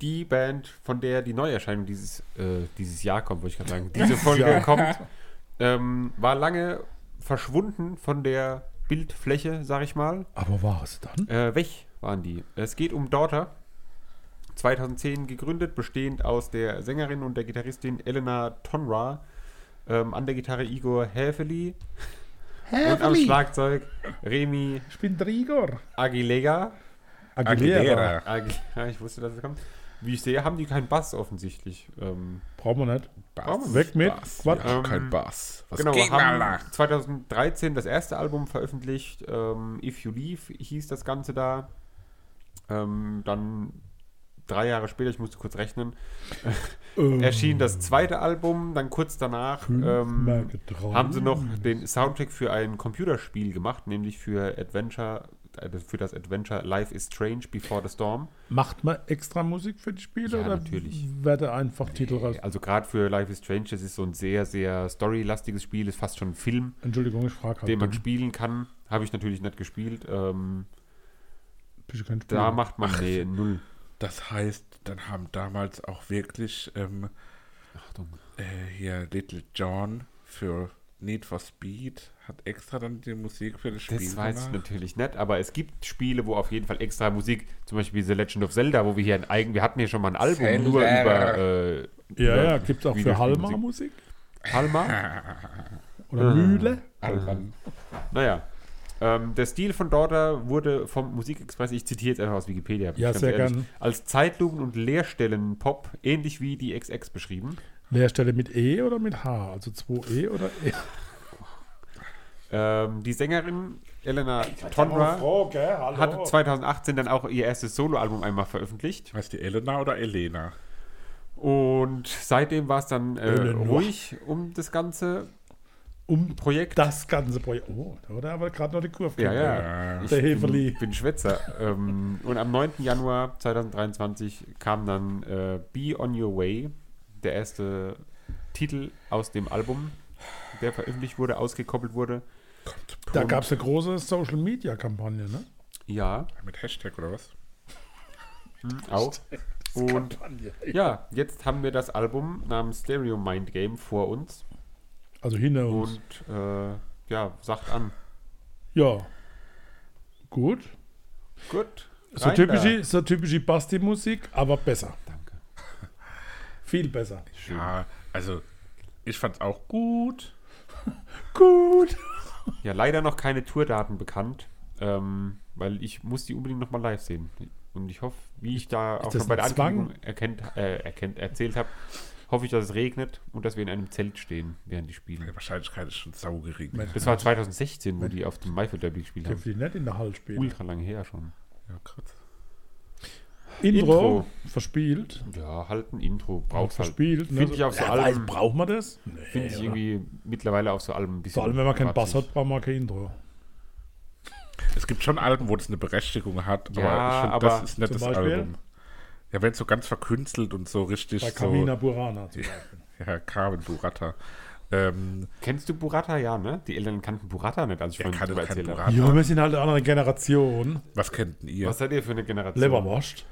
[SPEAKER 3] Die Band, von der die Neuerscheinung dieses, äh, dieses Jahr kommt, wollte ich gerade sagen, diese Folge
[SPEAKER 2] Jahr.
[SPEAKER 3] kommt, ähm, war lange verschwunden von der Bildfläche, sag ich mal.
[SPEAKER 2] Aber war es dann?
[SPEAKER 3] Äh, weg waren die. Es geht um Daughter. 2010 gegründet, bestehend aus der Sängerin und der Gitarristin Elena Tonra, ähm, an der Gitarre Igor Häfeli und am Schlagzeug Remy
[SPEAKER 2] Ich bin Drigor.
[SPEAKER 3] Aguilera.
[SPEAKER 2] Aguilera.
[SPEAKER 1] Aguilera.
[SPEAKER 3] Agui- Ah, Ja, ich wusste, dass es kommt. Wie ich sehe, haben die keinen Bass offensichtlich. Ähm,
[SPEAKER 2] Brauchen wir nicht.
[SPEAKER 1] Bass.
[SPEAKER 2] Weg mit
[SPEAKER 1] Bass.
[SPEAKER 2] Quatsch.
[SPEAKER 1] Ja,
[SPEAKER 3] Ähm,
[SPEAKER 1] kein Bass. Was
[SPEAKER 3] genau,
[SPEAKER 1] ging da?
[SPEAKER 3] haben 2013 das erste Album veröffentlicht. Ähm, If You Leave hieß das Ganze da. Ähm, dann drei Jahre später, ich musste kurz rechnen,
[SPEAKER 2] Ähm,
[SPEAKER 3] erschien das zweite Album. Dann kurz danach
[SPEAKER 2] Hm.
[SPEAKER 3] ähm,
[SPEAKER 2] Merke dran. Hm.
[SPEAKER 3] haben sie noch den Soundtrack für ein Computerspiel gemacht, nämlich für Adventure das- für das Adventure Life is Strange Before the Storm.
[SPEAKER 2] Macht man extra Musik für die Spiele
[SPEAKER 3] Ja,
[SPEAKER 2] oder
[SPEAKER 3] natürlich.
[SPEAKER 2] werde einfach Titel raus?
[SPEAKER 3] Also gerade für Life is Strange, das ist so ein sehr, sehr storylastiges Spiel, ist fast schon ein Film,
[SPEAKER 2] Entschuldigung, ich frage halt.
[SPEAKER 3] den man
[SPEAKER 2] dumm.
[SPEAKER 3] spielen kann. Habe ich natürlich nicht gespielt. Ähm,
[SPEAKER 2] Bist du kein Spieler?
[SPEAKER 3] da macht man nee, null.
[SPEAKER 1] Das heißt, dann haben damals auch wirklich ähm,
[SPEAKER 3] Achtung.
[SPEAKER 1] äh, hier Little John für Need for Speed hat extra dann die Musik für das Spiel
[SPEAKER 3] Das weiß ich
[SPEAKER 1] gemacht.
[SPEAKER 3] natürlich nicht, aber es gibt Spiele, wo auf jeden Fall extra Musik, zum Beispiel The Legend of Zelda, wo wir hier ein eigen, wir hatten ja schon mal ein Album
[SPEAKER 1] Zelda.
[SPEAKER 3] nur über äh,
[SPEAKER 2] ja,
[SPEAKER 3] über
[SPEAKER 2] ja, gibt es auch für
[SPEAKER 3] Videospielmusik.
[SPEAKER 2] Halma Musik?
[SPEAKER 3] Palma. Äh.
[SPEAKER 2] Oder Mühle?
[SPEAKER 1] Albern.
[SPEAKER 3] naja. Ähm, der Stil von Daughter wurde vom Musikexpress, ich zitiere jetzt einfach aus Wikipedia, bin
[SPEAKER 2] Ja,
[SPEAKER 3] ich ganz
[SPEAKER 2] sehr gern.
[SPEAKER 3] als Zeitlupen- und Leerstellen-Pop, ähnlich wie die XX beschrieben.
[SPEAKER 2] Leerstelle mit E oder mit H? Also 2E oder E?
[SPEAKER 3] Ähm, die Sängerin Elena
[SPEAKER 2] Oh,
[SPEAKER 3] Tonra
[SPEAKER 2] Frau, gell? Hallo.
[SPEAKER 3] hatte 2018 dann auch ihr erstes Soloalbum einmal veröffentlicht.
[SPEAKER 1] Heißt die Elena oder Elena?
[SPEAKER 3] Und seitdem war es dann äh,
[SPEAKER 2] Eleanor.
[SPEAKER 3] ruhig um das ganze
[SPEAKER 2] um
[SPEAKER 3] Projekt.
[SPEAKER 2] das ganze Projekt. Oh, da hat er aber gerade noch die Kurve.
[SPEAKER 3] Ja,
[SPEAKER 2] gekriegt.
[SPEAKER 1] Äh,
[SPEAKER 3] ja.
[SPEAKER 2] Der Heverli.
[SPEAKER 3] bin, bin Schwätzer. ähm, und am 9. Januar 2023 kam dann äh, Be On Your Way, der erste Titel aus dem Album, der veröffentlicht wurde, ausgekoppelt wurde.
[SPEAKER 2] Da gab es eine große Social-Media-Kampagne, ne?
[SPEAKER 3] Ja,
[SPEAKER 1] Mit Hashtag oder was?
[SPEAKER 3] auch. Und ja, jetzt haben wir das Album namens Stereo Mind Game vor uns.
[SPEAKER 2] Also hinter uns.
[SPEAKER 3] Und äh, ja, sagt an.
[SPEAKER 2] Ja. Gut.
[SPEAKER 3] Gut.
[SPEAKER 2] So
[SPEAKER 3] rein
[SPEAKER 2] typische, so typische Basti-Musik, aber besser.
[SPEAKER 3] da. Danke.
[SPEAKER 2] Viel besser.
[SPEAKER 3] Hm.
[SPEAKER 1] Ja, also ich fand's auch gut.
[SPEAKER 2] Gut.
[SPEAKER 3] Ja, leider noch keine Tourdaten bekannt, ähm, weil ich muss die unbedingt nochmal live sehen. Und ich hoffe, wie ich da auch
[SPEAKER 2] das
[SPEAKER 3] schon bei der
[SPEAKER 2] ein Zwang?
[SPEAKER 3] Ankündigung erkennt, äh, erkennt, erzählt habe, hoffe ich, dass es regnet und dass wir in einem Zelt stehen, während die
[SPEAKER 1] Die
[SPEAKER 3] spielen.
[SPEAKER 1] Wahrscheinlichkeit ist schon saugering.
[SPEAKER 2] Man-
[SPEAKER 3] Das war 2016, wo die auf dem Maifeld Derby gespielt haben.
[SPEAKER 2] Dürfen die nicht in der Hall spielen.
[SPEAKER 3] Ultra lang her schon.
[SPEAKER 1] Ja, Gott.
[SPEAKER 2] Intro,
[SPEAKER 3] Intro.
[SPEAKER 2] verspielt.
[SPEAKER 3] Ja, halt ein Intro. Braucht halt.
[SPEAKER 2] verspielt.
[SPEAKER 3] Finde ich auf so
[SPEAKER 2] also
[SPEAKER 3] Alben,
[SPEAKER 2] braucht man das? Nee,
[SPEAKER 3] finde ich
[SPEAKER 2] oder?
[SPEAKER 3] irgendwie mittlerweile auf so Alben ein bisschen.
[SPEAKER 2] Vor allem, wenn man keinen Bass
[SPEAKER 3] quatschig.
[SPEAKER 2] hat, braucht man kein Intro.
[SPEAKER 1] Es gibt schon Alben, wo das eine Berechtigung hat, aber
[SPEAKER 3] Ja,
[SPEAKER 1] ich finde,
[SPEAKER 3] aber
[SPEAKER 1] das ist nicht
[SPEAKER 2] zum
[SPEAKER 1] das
[SPEAKER 2] Beispiel?
[SPEAKER 1] Album. Ja, wenn so ganz verkünstelt und so richtig
[SPEAKER 2] Bei
[SPEAKER 1] so.
[SPEAKER 2] Kamina Burana zum Beispiel.
[SPEAKER 1] Ja, Carmen Burata. Ähm,
[SPEAKER 3] Kennst du Burrata? Ja, ne? Die Eltern kannten Burrata nicht, als ich
[SPEAKER 1] Wer
[SPEAKER 3] vorhin
[SPEAKER 1] kannte
[SPEAKER 3] drüber
[SPEAKER 1] kein
[SPEAKER 3] erzählt habe.
[SPEAKER 1] Burrata?
[SPEAKER 2] Ja, wir sind halt eine andere Generation.
[SPEAKER 1] Was kennt denn ihr?
[SPEAKER 3] Was seid ihr für eine Generation?
[SPEAKER 2] Leberwurst.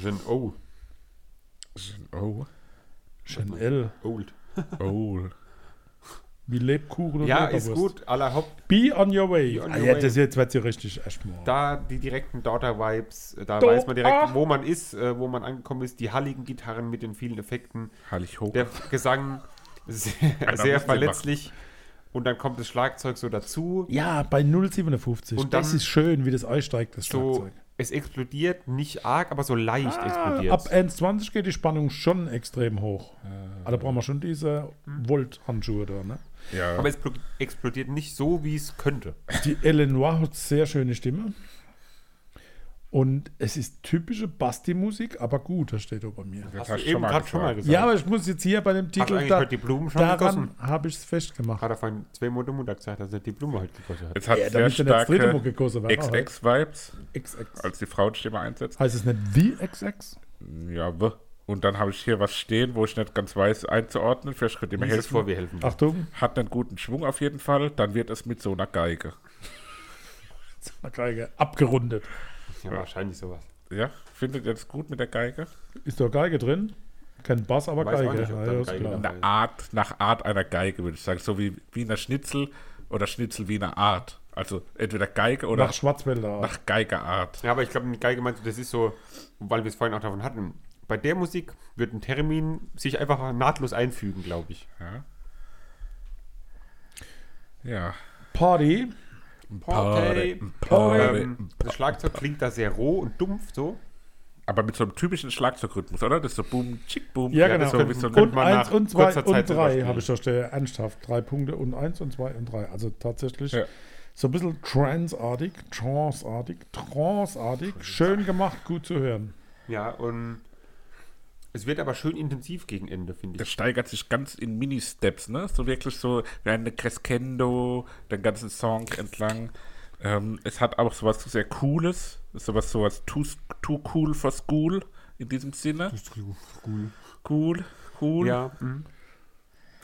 [SPEAKER 3] Gen oh,
[SPEAKER 1] Oh,
[SPEAKER 2] Gen L.
[SPEAKER 3] old.
[SPEAKER 1] oh.
[SPEAKER 2] Wie Lebkuchen und
[SPEAKER 3] Ja, ist
[SPEAKER 2] Leberwurst.
[SPEAKER 3] gut. Aller Haupt
[SPEAKER 2] Be on your way.
[SPEAKER 3] Be on
[SPEAKER 2] ah,
[SPEAKER 3] your
[SPEAKER 2] ja,
[SPEAKER 3] way.
[SPEAKER 2] das jetzt wird sie richtig erstmal.
[SPEAKER 3] da die direkten Daughter-Vibes, äh, da
[SPEAKER 2] Daughter.
[SPEAKER 3] weiß man direkt, wo man ist, äh, wo man angekommen ist, die halligen Gitarren mit den vielen Effekten,
[SPEAKER 1] Herrlich hoch.
[SPEAKER 3] der Gesang sehr,
[SPEAKER 1] muss
[SPEAKER 3] sehr
[SPEAKER 1] den
[SPEAKER 3] verletzlich und dann kommt das Schlagzeug so dazu.
[SPEAKER 2] Ja, bei 0,57.
[SPEAKER 3] Und
[SPEAKER 2] das
[SPEAKER 3] dann-
[SPEAKER 2] ist schön, wie das einsteigt, das
[SPEAKER 3] So,
[SPEAKER 2] Schlagzeug. Ah,
[SPEAKER 3] es explodiert, nicht arg, aber so leicht explodiert.
[SPEAKER 2] Ab 1,20 geht die Spannung schon extrem hoch. Aber da brauchen wir schon diese
[SPEAKER 3] Hm.
[SPEAKER 2] Volt-Handschuhe da. Ne?
[SPEAKER 1] ja.
[SPEAKER 3] Aber es pl- explodiert nicht so, wie es könnte.
[SPEAKER 2] Die Eleanor hat sehr schöne Stimme. Und es ist typische Basti-Musik, aber gut, das steht da bei mir.
[SPEAKER 1] das
[SPEAKER 3] Hast du eben gerade schon mal gesagt.
[SPEAKER 2] Ja, aber ich muss jetzt hier bei dem
[SPEAKER 3] Hast du
[SPEAKER 2] Titel
[SPEAKER 3] eigentlich
[SPEAKER 2] da,
[SPEAKER 3] heute die Blumen schon
[SPEAKER 2] daran
[SPEAKER 3] gegossen?
[SPEAKER 2] habe ich es festgemacht.
[SPEAKER 3] Hat er vorhin zwei Monate Montag gesagt, dass er die Blume heute gekostet hat.
[SPEAKER 1] Es hat
[SPEAKER 2] Ja, da
[SPEAKER 1] sehr
[SPEAKER 2] bist du nicht das dritte Mal
[SPEAKER 1] starke
[SPEAKER 2] gegossen. weil-
[SPEAKER 1] XX-Vibes,
[SPEAKER 2] XX.
[SPEAKER 1] als die Frauenstimme einsetzt.
[SPEAKER 2] Heißt es nicht wie XX?
[SPEAKER 1] Ja, w. Und dann habe ich hier was stehen, wo ich nicht ganz weiß einzuordnen. Vielleicht könnt ihr mir
[SPEAKER 3] Lies es
[SPEAKER 1] helfen.
[SPEAKER 3] vor, wir helfen. dir.
[SPEAKER 2] Achtung.
[SPEAKER 1] Hat einen guten Schwung auf jeden Fall. Dann wird es mit so einer Geige.
[SPEAKER 2] Geige. Abgerundet.
[SPEAKER 3] ja, wahrscheinlich sowas.
[SPEAKER 1] Ja, findet ihr das gut mit der Geige?
[SPEAKER 2] Ist doch Geige drin. Kein Bass, aber
[SPEAKER 3] Weiß auch
[SPEAKER 2] Geige.
[SPEAKER 3] nicht, ob
[SPEAKER 2] Ja,
[SPEAKER 3] da
[SPEAKER 2] ja, ist
[SPEAKER 3] Geige
[SPEAKER 2] klar.
[SPEAKER 3] dabei
[SPEAKER 1] Eine Art, nach Art einer Geige, würde ich sagen. So wie Wiener Schnitzel oder Schnitzel Wiener Art. Also entweder Geige oder
[SPEAKER 2] Nach
[SPEAKER 1] nach,
[SPEAKER 2] Schwarzwälder.
[SPEAKER 1] Geigeart.
[SPEAKER 3] Ja, aber ich glaube, mit Geige meinst du, das ist so, weil wir es vorhin auch davon hatten. Bei der Musik wird ein Termin sich einfach nahtlos einfügen, glaube ich.
[SPEAKER 1] Ja. ja.
[SPEAKER 2] Party.
[SPEAKER 1] Party, Party.
[SPEAKER 3] Ähm, das Schlagzeug klingt da sehr roh und dumpf so.
[SPEAKER 1] Aber mit so einem typischen Schlagzeugrhythmus, oder? Das ist so boom, chick, boom.
[SPEAKER 2] Ja,
[SPEAKER 1] Das
[SPEAKER 2] genau.
[SPEAKER 1] ist so ein bisschen
[SPEAKER 3] Könnte
[SPEAKER 2] und
[SPEAKER 3] man
[SPEAKER 2] eins
[SPEAKER 3] nach
[SPEAKER 2] und zwei
[SPEAKER 3] kurzer
[SPEAKER 2] und
[SPEAKER 3] Zeit drüber
[SPEAKER 2] drei
[SPEAKER 3] spielen.
[SPEAKER 2] habe ich da stehen. Ernsthaft. Drei Punkte und eins und zwei und drei. Also tatsächlich
[SPEAKER 1] Ja.
[SPEAKER 2] so ein bisschen tranceartig, tranceartig, tranceartig. Schön gemacht, gut zu hören.
[SPEAKER 3] Ja, und es wird aber schön intensiv gegen Ende, finde
[SPEAKER 1] das
[SPEAKER 3] ich.
[SPEAKER 1] steigert sich ganz in Mini-Steps, ne? So wirklich so wie eine Crescendo, den ganzen Song entlang. Ähm, es hat auch sowas sehr Cooles, sowas, sowas too, too cool for school in diesem Sinne.
[SPEAKER 3] Das ist cool.
[SPEAKER 1] Cool, cool.
[SPEAKER 3] Ja. Mhm.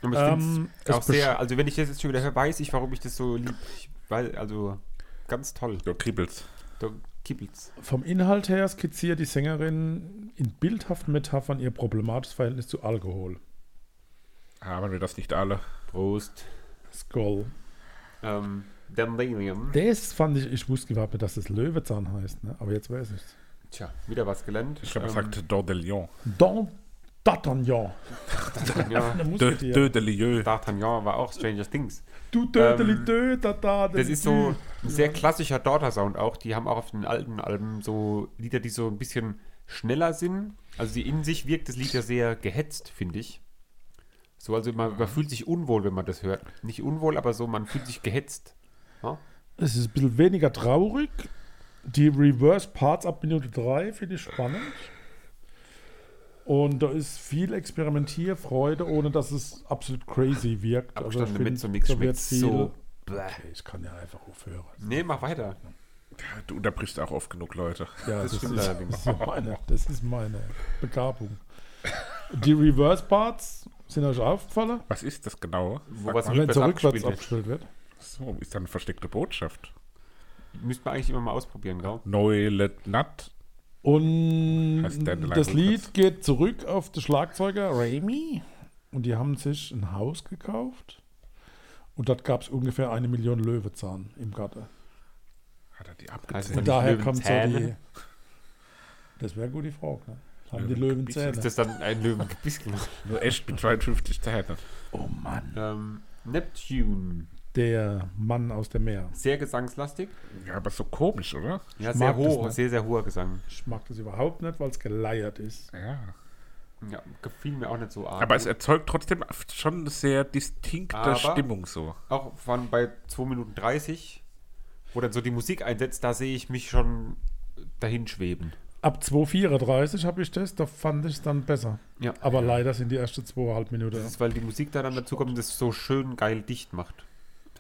[SPEAKER 3] Aber ich
[SPEAKER 2] Ähm,
[SPEAKER 3] finde
[SPEAKER 2] es
[SPEAKER 3] auch
[SPEAKER 2] besch-
[SPEAKER 3] sehr, also wenn ich das jetzt schon wieder höre, weiß ich, warum ich das so lieb. Ich, weil, also ganz toll.
[SPEAKER 1] Du kribbelst.
[SPEAKER 3] Da kippelt's.
[SPEAKER 2] Vom Inhalt her skizziert die Sängerin in bildhaften Metaphern ihr problematisches Verhältnis zu Alkohol.
[SPEAKER 1] Haben wir das nicht alle?
[SPEAKER 3] Prost.
[SPEAKER 2] Skull.
[SPEAKER 3] Ähm, Dandelion.
[SPEAKER 2] Das fand ich, ich wusste überhaupt nicht, dass das Löwezahn heißt, ne? aber jetzt weiß ich's.
[SPEAKER 3] Tja, wieder was gelernt. Ähm,
[SPEAKER 1] Ich glaube, er sagte Dordelion.
[SPEAKER 2] Don D'Artagnan.
[SPEAKER 3] D'Artagnan.
[SPEAKER 2] Der
[SPEAKER 1] De,
[SPEAKER 2] Musketier.
[SPEAKER 1] de, de Lieu.
[SPEAKER 3] D'Artagnan war auch Stranger Things.
[SPEAKER 2] Du
[SPEAKER 3] Ähm,
[SPEAKER 2] Dödeli da
[SPEAKER 3] Das ist so ein sehr klassischer Daughter-Sound auch. Die haben auch auf den alten Alben so Lieder, die so ein bisschen schneller sind. Also die in sich wirkt das Lied ja sehr gehetzt, finde ich. So, also man, man fühlt sich unwohl, wenn man das hört. Nicht unwohl, aber so, man fühlt sich gehetzt. Ja?
[SPEAKER 2] Es ist ein bisschen weniger traurig. Die Reverse Parts ab Minute 3 finde ich spannend. Und da ist viel Experimentierfreude, ohne dass es absolut crazy wirkt. Also ich
[SPEAKER 3] Abgestandene
[SPEAKER 2] find,
[SPEAKER 3] mit so nichts
[SPEAKER 2] da wird
[SPEAKER 3] schmeckt so. Bäh.
[SPEAKER 2] viel- Ich kann ja einfach aufhören.
[SPEAKER 3] Nee, mach weiter.
[SPEAKER 1] Du unterbrichst auch oft genug Leute.
[SPEAKER 2] Ja, das,
[SPEAKER 3] stimmt
[SPEAKER 2] ist,
[SPEAKER 3] allerdings.
[SPEAKER 2] das, ist meine, das ist meine Begabung. Die Reverse Parts sind euch aufgefallen,
[SPEAKER 1] Was ist das genau?
[SPEAKER 3] Wo was
[SPEAKER 2] wenn
[SPEAKER 3] rückwärts
[SPEAKER 2] so rückwärts
[SPEAKER 3] abgespielt
[SPEAKER 2] abgespielt wird.
[SPEAKER 1] So, ist da eine versteckte Botschaft?
[SPEAKER 3] wird. Müsste man eigentlich immer mal ausprobieren, gell?
[SPEAKER 1] Neulet Nut.
[SPEAKER 2] Und
[SPEAKER 1] Heißt Dandelion
[SPEAKER 2] das Lied
[SPEAKER 1] rückwärts.
[SPEAKER 2] geht zurück auf den Schlagzeuger Remy. Und die haben sich ein Haus gekauft. Und dort gab es ungefähr eine Million Löwezahn im Garten.
[SPEAKER 1] Hat er die
[SPEAKER 3] Also
[SPEAKER 1] abgezählt?
[SPEAKER 3] nicht
[SPEAKER 2] Und daher kommt so die.
[SPEAKER 3] Löwenzähne?
[SPEAKER 2] Das wäre eine gute Frage. Ne? Haben die Löwenzähne?
[SPEAKER 3] Ist das dann ein Löwengebiss?
[SPEAKER 1] Nur echt mit 52 Zähnen.
[SPEAKER 2] oh Mann.
[SPEAKER 3] ähm, Neptune.
[SPEAKER 2] Der Mann aus dem Meer.
[SPEAKER 3] Sehr gesangslastig.
[SPEAKER 1] Ja, aber so komisch, oder?
[SPEAKER 3] Ja,
[SPEAKER 2] Ich
[SPEAKER 3] sehr
[SPEAKER 2] mag das
[SPEAKER 3] hoch,
[SPEAKER 2] nicht.
[SPEAKER 3] sehr, sehr hoher Gesang.
[SPEAKER 2] Ich mag das überhaupt nicht, weil es geleiert ist.
[SPEAKER 1] Ja.
[SPEAKER 3] Ja, gefiel mir auch nicht so arg.
[SPEAKER 1] Aber es erzeugt trotzdem schon eine sehr distinkte
[SPEAKER 3] Aber-
[SPEAKER 1] Stimmung so.
[SPEAKER 3] auch vor allem bei 2 Minuten 30, wo dann so die Musik einsetzt, da sehe ich mich schon dahin schweben.
[SPEAKER 2] Ab 2,34 habe ich das, da fand ich es dann besser.
[SPEAKER 3] Ja.
[SPEAKER 2] Aber leider sind die ersten zweieinhalb Minuten.
[SPEAKER 3] Das ist, weil die Musik da dann dazu kommt und das so schön geil dicht macht.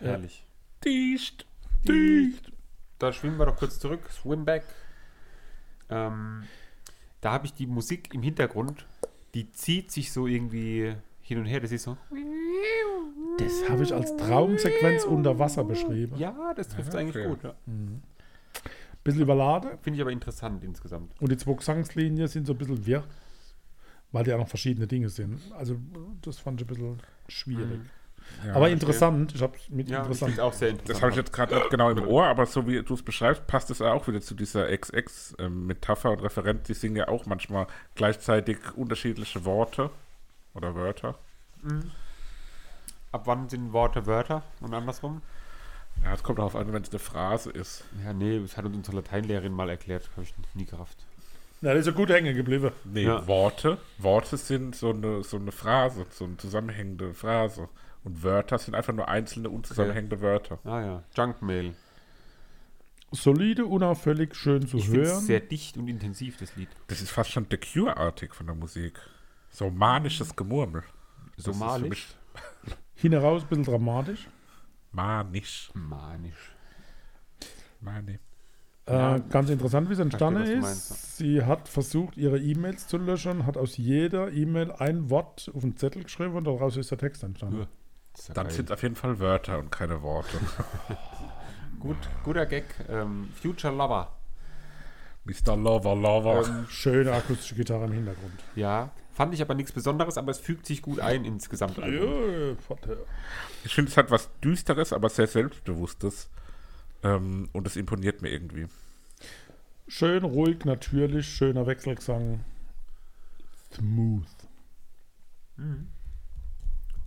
[SPEAKER 3] Herrlich.
[SPEAKER 1] Dicht, dicht.
[SPEAKER 3] Da schwimmen wir doch kurz zurück, Swimback. Ähm, da habe ich die Musik im Hintergrund, die zieht sich so irgendwie hin und her. Das ist so,
[SPEAKER 2] Das habe ich als Traumsequenz unter Wasser beschrieben.
[SPEAKER 3] ja, das trifft
[SPEAKER 1] Ja,
[SPEAKER 3] eigentlich
[SPEAKER 1] okay.
[SPEAKER 3] gut. Ja.
[SPEAKER 2] Bisschen überladen
[SPEAKER 3] Finde ich aber interessant insgesamt.
[SPEAKER 2] und die zwei Gesangslinien sind so ein bisschen wirr, weil die auch noch verschiedene Dinge sind. Also das fand ich ein bisschen schwierig.
[SPEAKER 1] Ja.
[SPEAKER 2] Aber interessant, ich habe es mit
[SPEAKER 3] Hm. Ja, ich
[SPEAKER 2] interessant.
[SPEAKER 3] finde es auch sehr
[SPEAKER 1] Das
[SPEAKER 3] interessant.
[SPEAKER 1] habe ich jetzt gerade nicht genau im Ohr, aber so wie du es beschreibst, passt es auch wieder zu dieser XX-Metapher und Referenz. Die singen ja auch manchmal gleichzeitig unterschiedliche Worte oder Wörter.
[SPEAKER 3] Ab wann sind Worte Wörter und andersrum?
[SPEAKER 1] Ja, es kommt darauf an, wenn es eine Phrase ist.
[SPEAKER 3] Ja, nee, das hat uns unsere Lateinlehrerin mal erklärt. Habe ich nie gerafft.
[SPEAKER 2] Na, das ist ja gut hängen geblieben.
[SPEAKER 1] Nee,
[SPEAKER 3] Ja.
[SPEAKER 1] Worte. Worte sind so eine, so eine Phrase, so eine zusammenhängende Phrase. Und Wörter sind einfach nur einzelne unzusammenhängende Wörter.
[SPEAKER 3] Ah ja, Junkmail.
[SPEAKER 2] Solide, unauffällig, schön zu
[SPEAKER 3] Ich finde es
[SPEAKER 2] hören.
[SPEAKER 3] sehr dicht und intensiv, das Lied.
[SPEAKER 1] Das ist fast schon The Cure-artig von der Musik. So manisches Gemurmel. Das ist für
[SPEAKER 3] Somalisch?
[SPEAKER 1] mich
[SPEAKER 2] Hin heraus ein bisschen dramatisch.
[SPEAKER 1] Manisch.
[SPEAKER 3] Manisch.
[SPEAKER 1] Mani.
[SPEAKER 2] Äh, ganz interessant, wie es entstanden
[SPEAKER 3] verstehe,
[SPEAKER 2] ist.
[SPEAKER 3] was du meinst, ja.
[SPEAKER 2] Sie hat versucht, ihre E-Mails zu löschen, hat aus jeder E-Mail ein Wort auf einen Zettel geschrieben und daraus ist der Text entstanden.
[SPEAKER 3] Ja. Ist ja
[SPEAKER 1] Dann
[SPEAKER 3] geil.
[SPEAKER 1] sind es auf jeden Fall Wörter und keine Worte.
[SPEAKER 3] Gut, guter Gag. Ähm, Future Lover.
[SPEAKER 1] Mr. Lover Lover.
[SPEAKER 3] Ähm,
[SPEAKER 2] Schöne akustische Gitarre im Hintergrund.
[SPEAKER 3] ja, fand ich aber nichts Besonderes, aber es fügt sich gut ein insgesamt.
[SPEAKER 1] Ähm, ich finde, es hat was Düsteres, aber sehr Selbstbewusstes. Ähm, und das imponiert mir irgendwie.
[SPEAKER 2] Schön, ruhig, natürlich, schöner Wechselgesang. Smooth.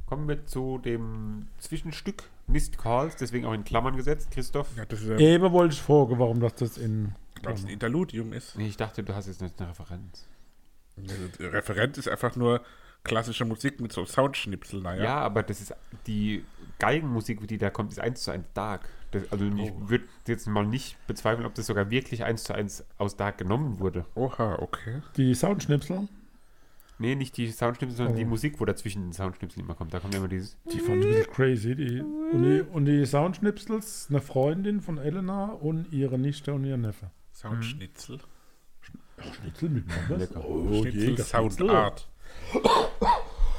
[SPEAKER 3] Kommen wir zu dem Zwischenstück Missed Calls, deswegen auch in Klammern gesetzt. Christoph,
[SPEAKER 1] Ja, das ist ja,
[SPEAKER 2] Eben wollte ich fragen, warum das das in.
[SPEAKER 1] ein Interludium ist.
[SPEAKER 3] nee, ich dachte, du hast jetzt nicht eine Referenz.
[SPEAKER 1] Also, die Referent ist einfach nur klassische Musik mit so Soundschnipseln.
[SPEAKER 3] Ja,
[SPEAKER 1] Naja.
[SPEAKER 3] aber das ist die Geigenmusik, die da kommt, ist eins zu eins Dark. Das, also ich würde jetzt mal nicht bezweifeln, ob das sogar wirklich eins zu eins aus Dark genommen wurde.
[SPEAKER 1] Oha, okay.
[SPEAKER 2] Die Soundschnipsel
[SPEAKER 3] Nee, nicht die Soundschnipsel, sondern die Musik, wo dazwischen den Soundschnipsel immer kommt. Da kommt immer dieses.
[SPEAKER 2] Die fand ich ein bisschen crazy. Die, und, die, und die Soundschnipsels, eine Freundin von Elena und ihre Nichte und ihr Neffe.
[SPEAKER 1] Soundschnitzel.
[SPEAKER 2] Schnitzel mit Pommes? Oh,
[SPEAKER 1] Schnitzel
[SPEAKER 2] Jäger-
[SPEAKER 1] Soundart.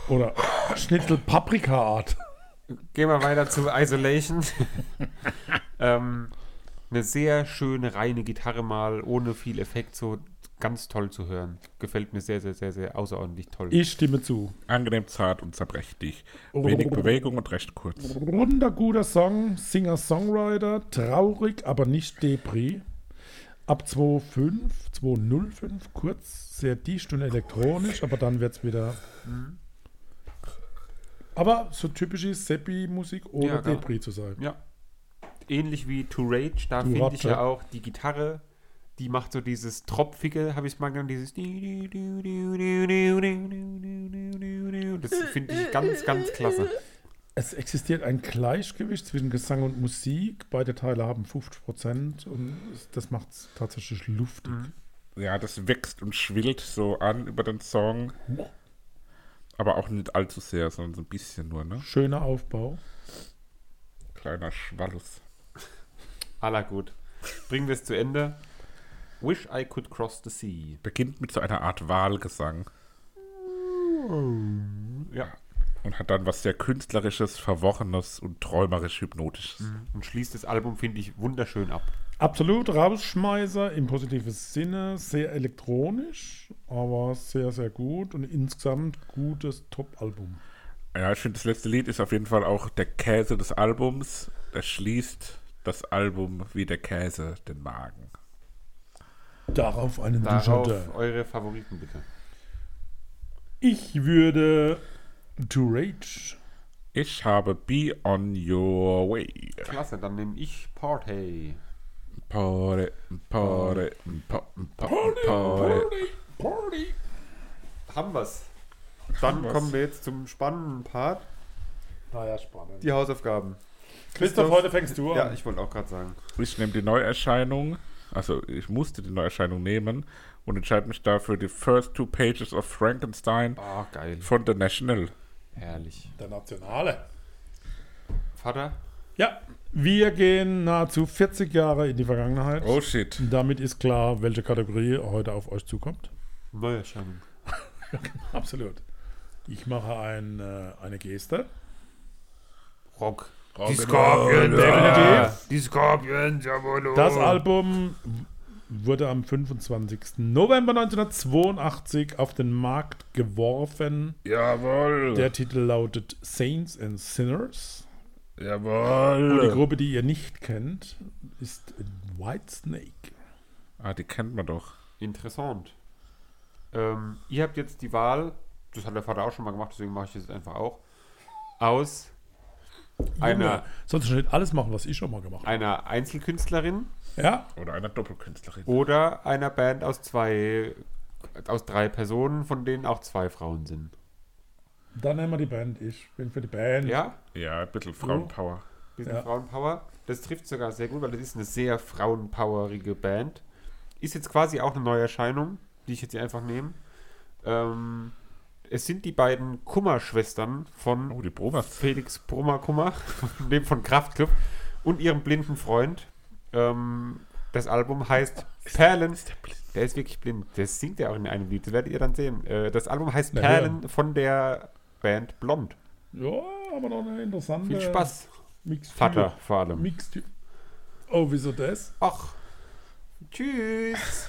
[SPEAKER 2] Oder Schnitzel Paprika-Art.
[SPEAKER 3] Gehen wir weiter zu Isolation. ähm, eine sehr schöne, reine Gitarre mal, ohne viel Effekt, so ganz toll zu hören. Gefällt mir sehr, sehr, sehr, sehr außerordentlich toll.
[SPEAKER 2] Ich stimme zu.
[SPEAKER 1] Angenehm zart und zerbrechlich. Wenig Bewegung und recht kurz.
[SPEAKER 2] Wunderguter Song, Singer-Songwriter, traurig, aber nicht Depri. Ab 2.5, 2.05 kurz, sehr dicht und elektronisch, aber dann wird's wieder. hm. Aber so typische Seppi-Musik ohne
[SPEAKER 3] Ja, genau.
[SPEAKER 2] Depri zu sein.
[SPEAKER 3] Ja. Ähnlich wie To Rage, da
[SPEAKER 2] To
[SPEAKER 3] finde ich
[SPEAKER 2] Rage,
[SPEAKER 3] ja
[SPEAKER 2] ja.
[SPEAKER 3] auch die Gitarre, die macht so dieses Tropfige, habe ich mal genannt, dieses. Das finde ich ganz, ganz klasse.
[SPEAKER 2] Es existiert ein Gleichgewicht zwischen Gesang und Musik. Beide Teile haben 50 Prozent und es- das macht es tatsächlich luftig.
[SPEAKER 1] Ja, das wächst und schwillt so an über den Song. Aber auch nicht allzu sehr, sondern so ein bisschen nur, ne?
[SPEAKER 2] Schöner Aufbau.
[SPEAKER 1] Kleiner Schwallus.
[SPEAKER 3] Aller gut. Bringen wir es zu Ende. Wish I could cross the sea.
[SPEAKER 1] Beginnt mit so einer Art Wahlgesang
[SPEAKER 3] Ja.
[SPEAKER 1] und hat dann was sehr Künstlerisches, Verworrenes und träumerisch-hypnotisches.
[SPEAKER 3] Und schließt das Album, finde ich, wunderschön ab.
[SPEAKER 2] Absolut Rausschmeißer im positiven Sinne, sehr elektronisch, aber sehr, sehr gut und insgesamt gutes Top-Album.
[SPEAKER 1] Ja, ich finde, das letzte Lied ist auf jeden Fall auch der Käse des Albums. Das schließt das Album wie der Käse den Magen.
[SPEAKER 2] Darauf einen
[SPEAKER 3] Darauf
[SPEAKER 2] Dujardin.
[SPEAKER 3] eure Favoriten bitte.
[SPEAKER 2] Ich würde To Rage
[SPEAKER 1] Ich habe Be On Your Way.
[SPEAKER 3] Klasse, dann nehme ich Party.
[SPEAKER 1] Party, party, pa- pa- party.
[SPEAKER 3] Haben wir's. Dann kommen wir jetzt zum spannenden Part.
[SPEAKER 2] Naja, spannend.
[SPEAKER 3] Die Hausaufgaben.
[SPEAKER 2] Christoph, heute fängst du an.
[SPEAKER 3] Ja, ich wollte auch gerade sagen.
[SPEAKER 1] Ich nehme die Neuerscheinung, also ich musste die Neuerscheinung nehmen und entscheide mich dafür die First Two Pages of Frankenstein
[SPEAKER 3] Ah, geil.
[SPEAKER 1] von The National.
[SPEAKER 3] Herrlich.
[SPEAKER 2] Der Nationale.
[SPEAKER 3] Vater?
[SPEAKER 2] Ja, wir gehen nahezu 40 Jahre in die Vergangenheit.
[SPEAKER 1] Oh shit.
[SPEAKER 2] Damit ist klar, welche Kategorie heute auf euch zukommt.
[SPEAKER 3] Neuerscheinung.
[SPEAKER 2] Absolut. Ich mache ein, äh, eine Geste.
[SPEAKER 3] Rock. Ah.
[SPEAKER 1] Die
[SPEAKER 2] Definitiv.
[SPEAKER 3] Die Scorpions, jawohl.
[SPEAKER 2] Das Album wurde am 25. November 1982 auf den Markt geworfen.
[SPEAKER 1] Jawohl.
[SPEAKER 2] Der Titel lautet Saints and Sinners. Und die
[SPEAKER 3] Äh.
[SPEAKER 1] Jawohl.
[SPEAKER 2] Gruppe, die ihr nicht kennt, ist Whitesnake.
[SPEAKER 1] Ah, die kennt man doch.
[SPEAKER 3] Interessant. Ähm, ihr habt jetzt die Wahl, das hat der Vater auch schon mal gemacht, deswegen mache ich das jetzt einfach auch, aus einer,
[SPEAKER 2] Junge, Sonst schon nicht alles machen, was ich schon mal gemacht habe.
[SPEAKER 3] einer Einzelkünstlerin
[SPEAKER 2] Ja,
[SPEAKER 1] Oder einer Doppelkünstlerin.
[SPEAKER 3] oder einer Band aus zwei, aus drei Personen, von denen auch zwei Frauen sind.
[SPEAKER 2] dann nehmen wir die Band. Ich bin für die Band.
[SPEAKER 3] Ja?
[SPEAKER 1] Ja, ein bisschen Frauenpower.
[SPEAKER 3] bisschen
[SPEAKER 2] Ja.
[SPEAKER 3] Frauenpower. Das trifft sogar sehr gut, weil das ist eine sehr frauenpowerige Band. Ist jetzt quasi auch eine Neuerscheinung, die ich jetzt hier einfach nehme. Ähm, es sind die beiden Kummerschwestern von
[SPEAKER 1] Oh, die Bromas.
[SPEAKER 3] Felix Brummer Kummer, dem von Kraftklub und ihrem blinden Freund. Ähm, das Album heißt Perlen.
[SPEAKER 1] Ist der blind?
[SPEAKER 3] Der ist wirklich blind. Das singt ja auch in einem Lied. Das werdet ihr dann sehen. Äh, das Album heißt
[SPEAKER 2] Na,
[SPEAKER 3] Perlen von der Band Blond.
[SPEAKER 2] Ja, aber noch eine interessante.
[SPEAKER 3] Viel Spaß,
[SPEAKER 2] Mixtür.
[SPEAKER 3] Vater, vor allem.
[SPEAKER 2] Mixtür. Oh, wieso das?
[SPEAKER 3] Ach. Tschüss.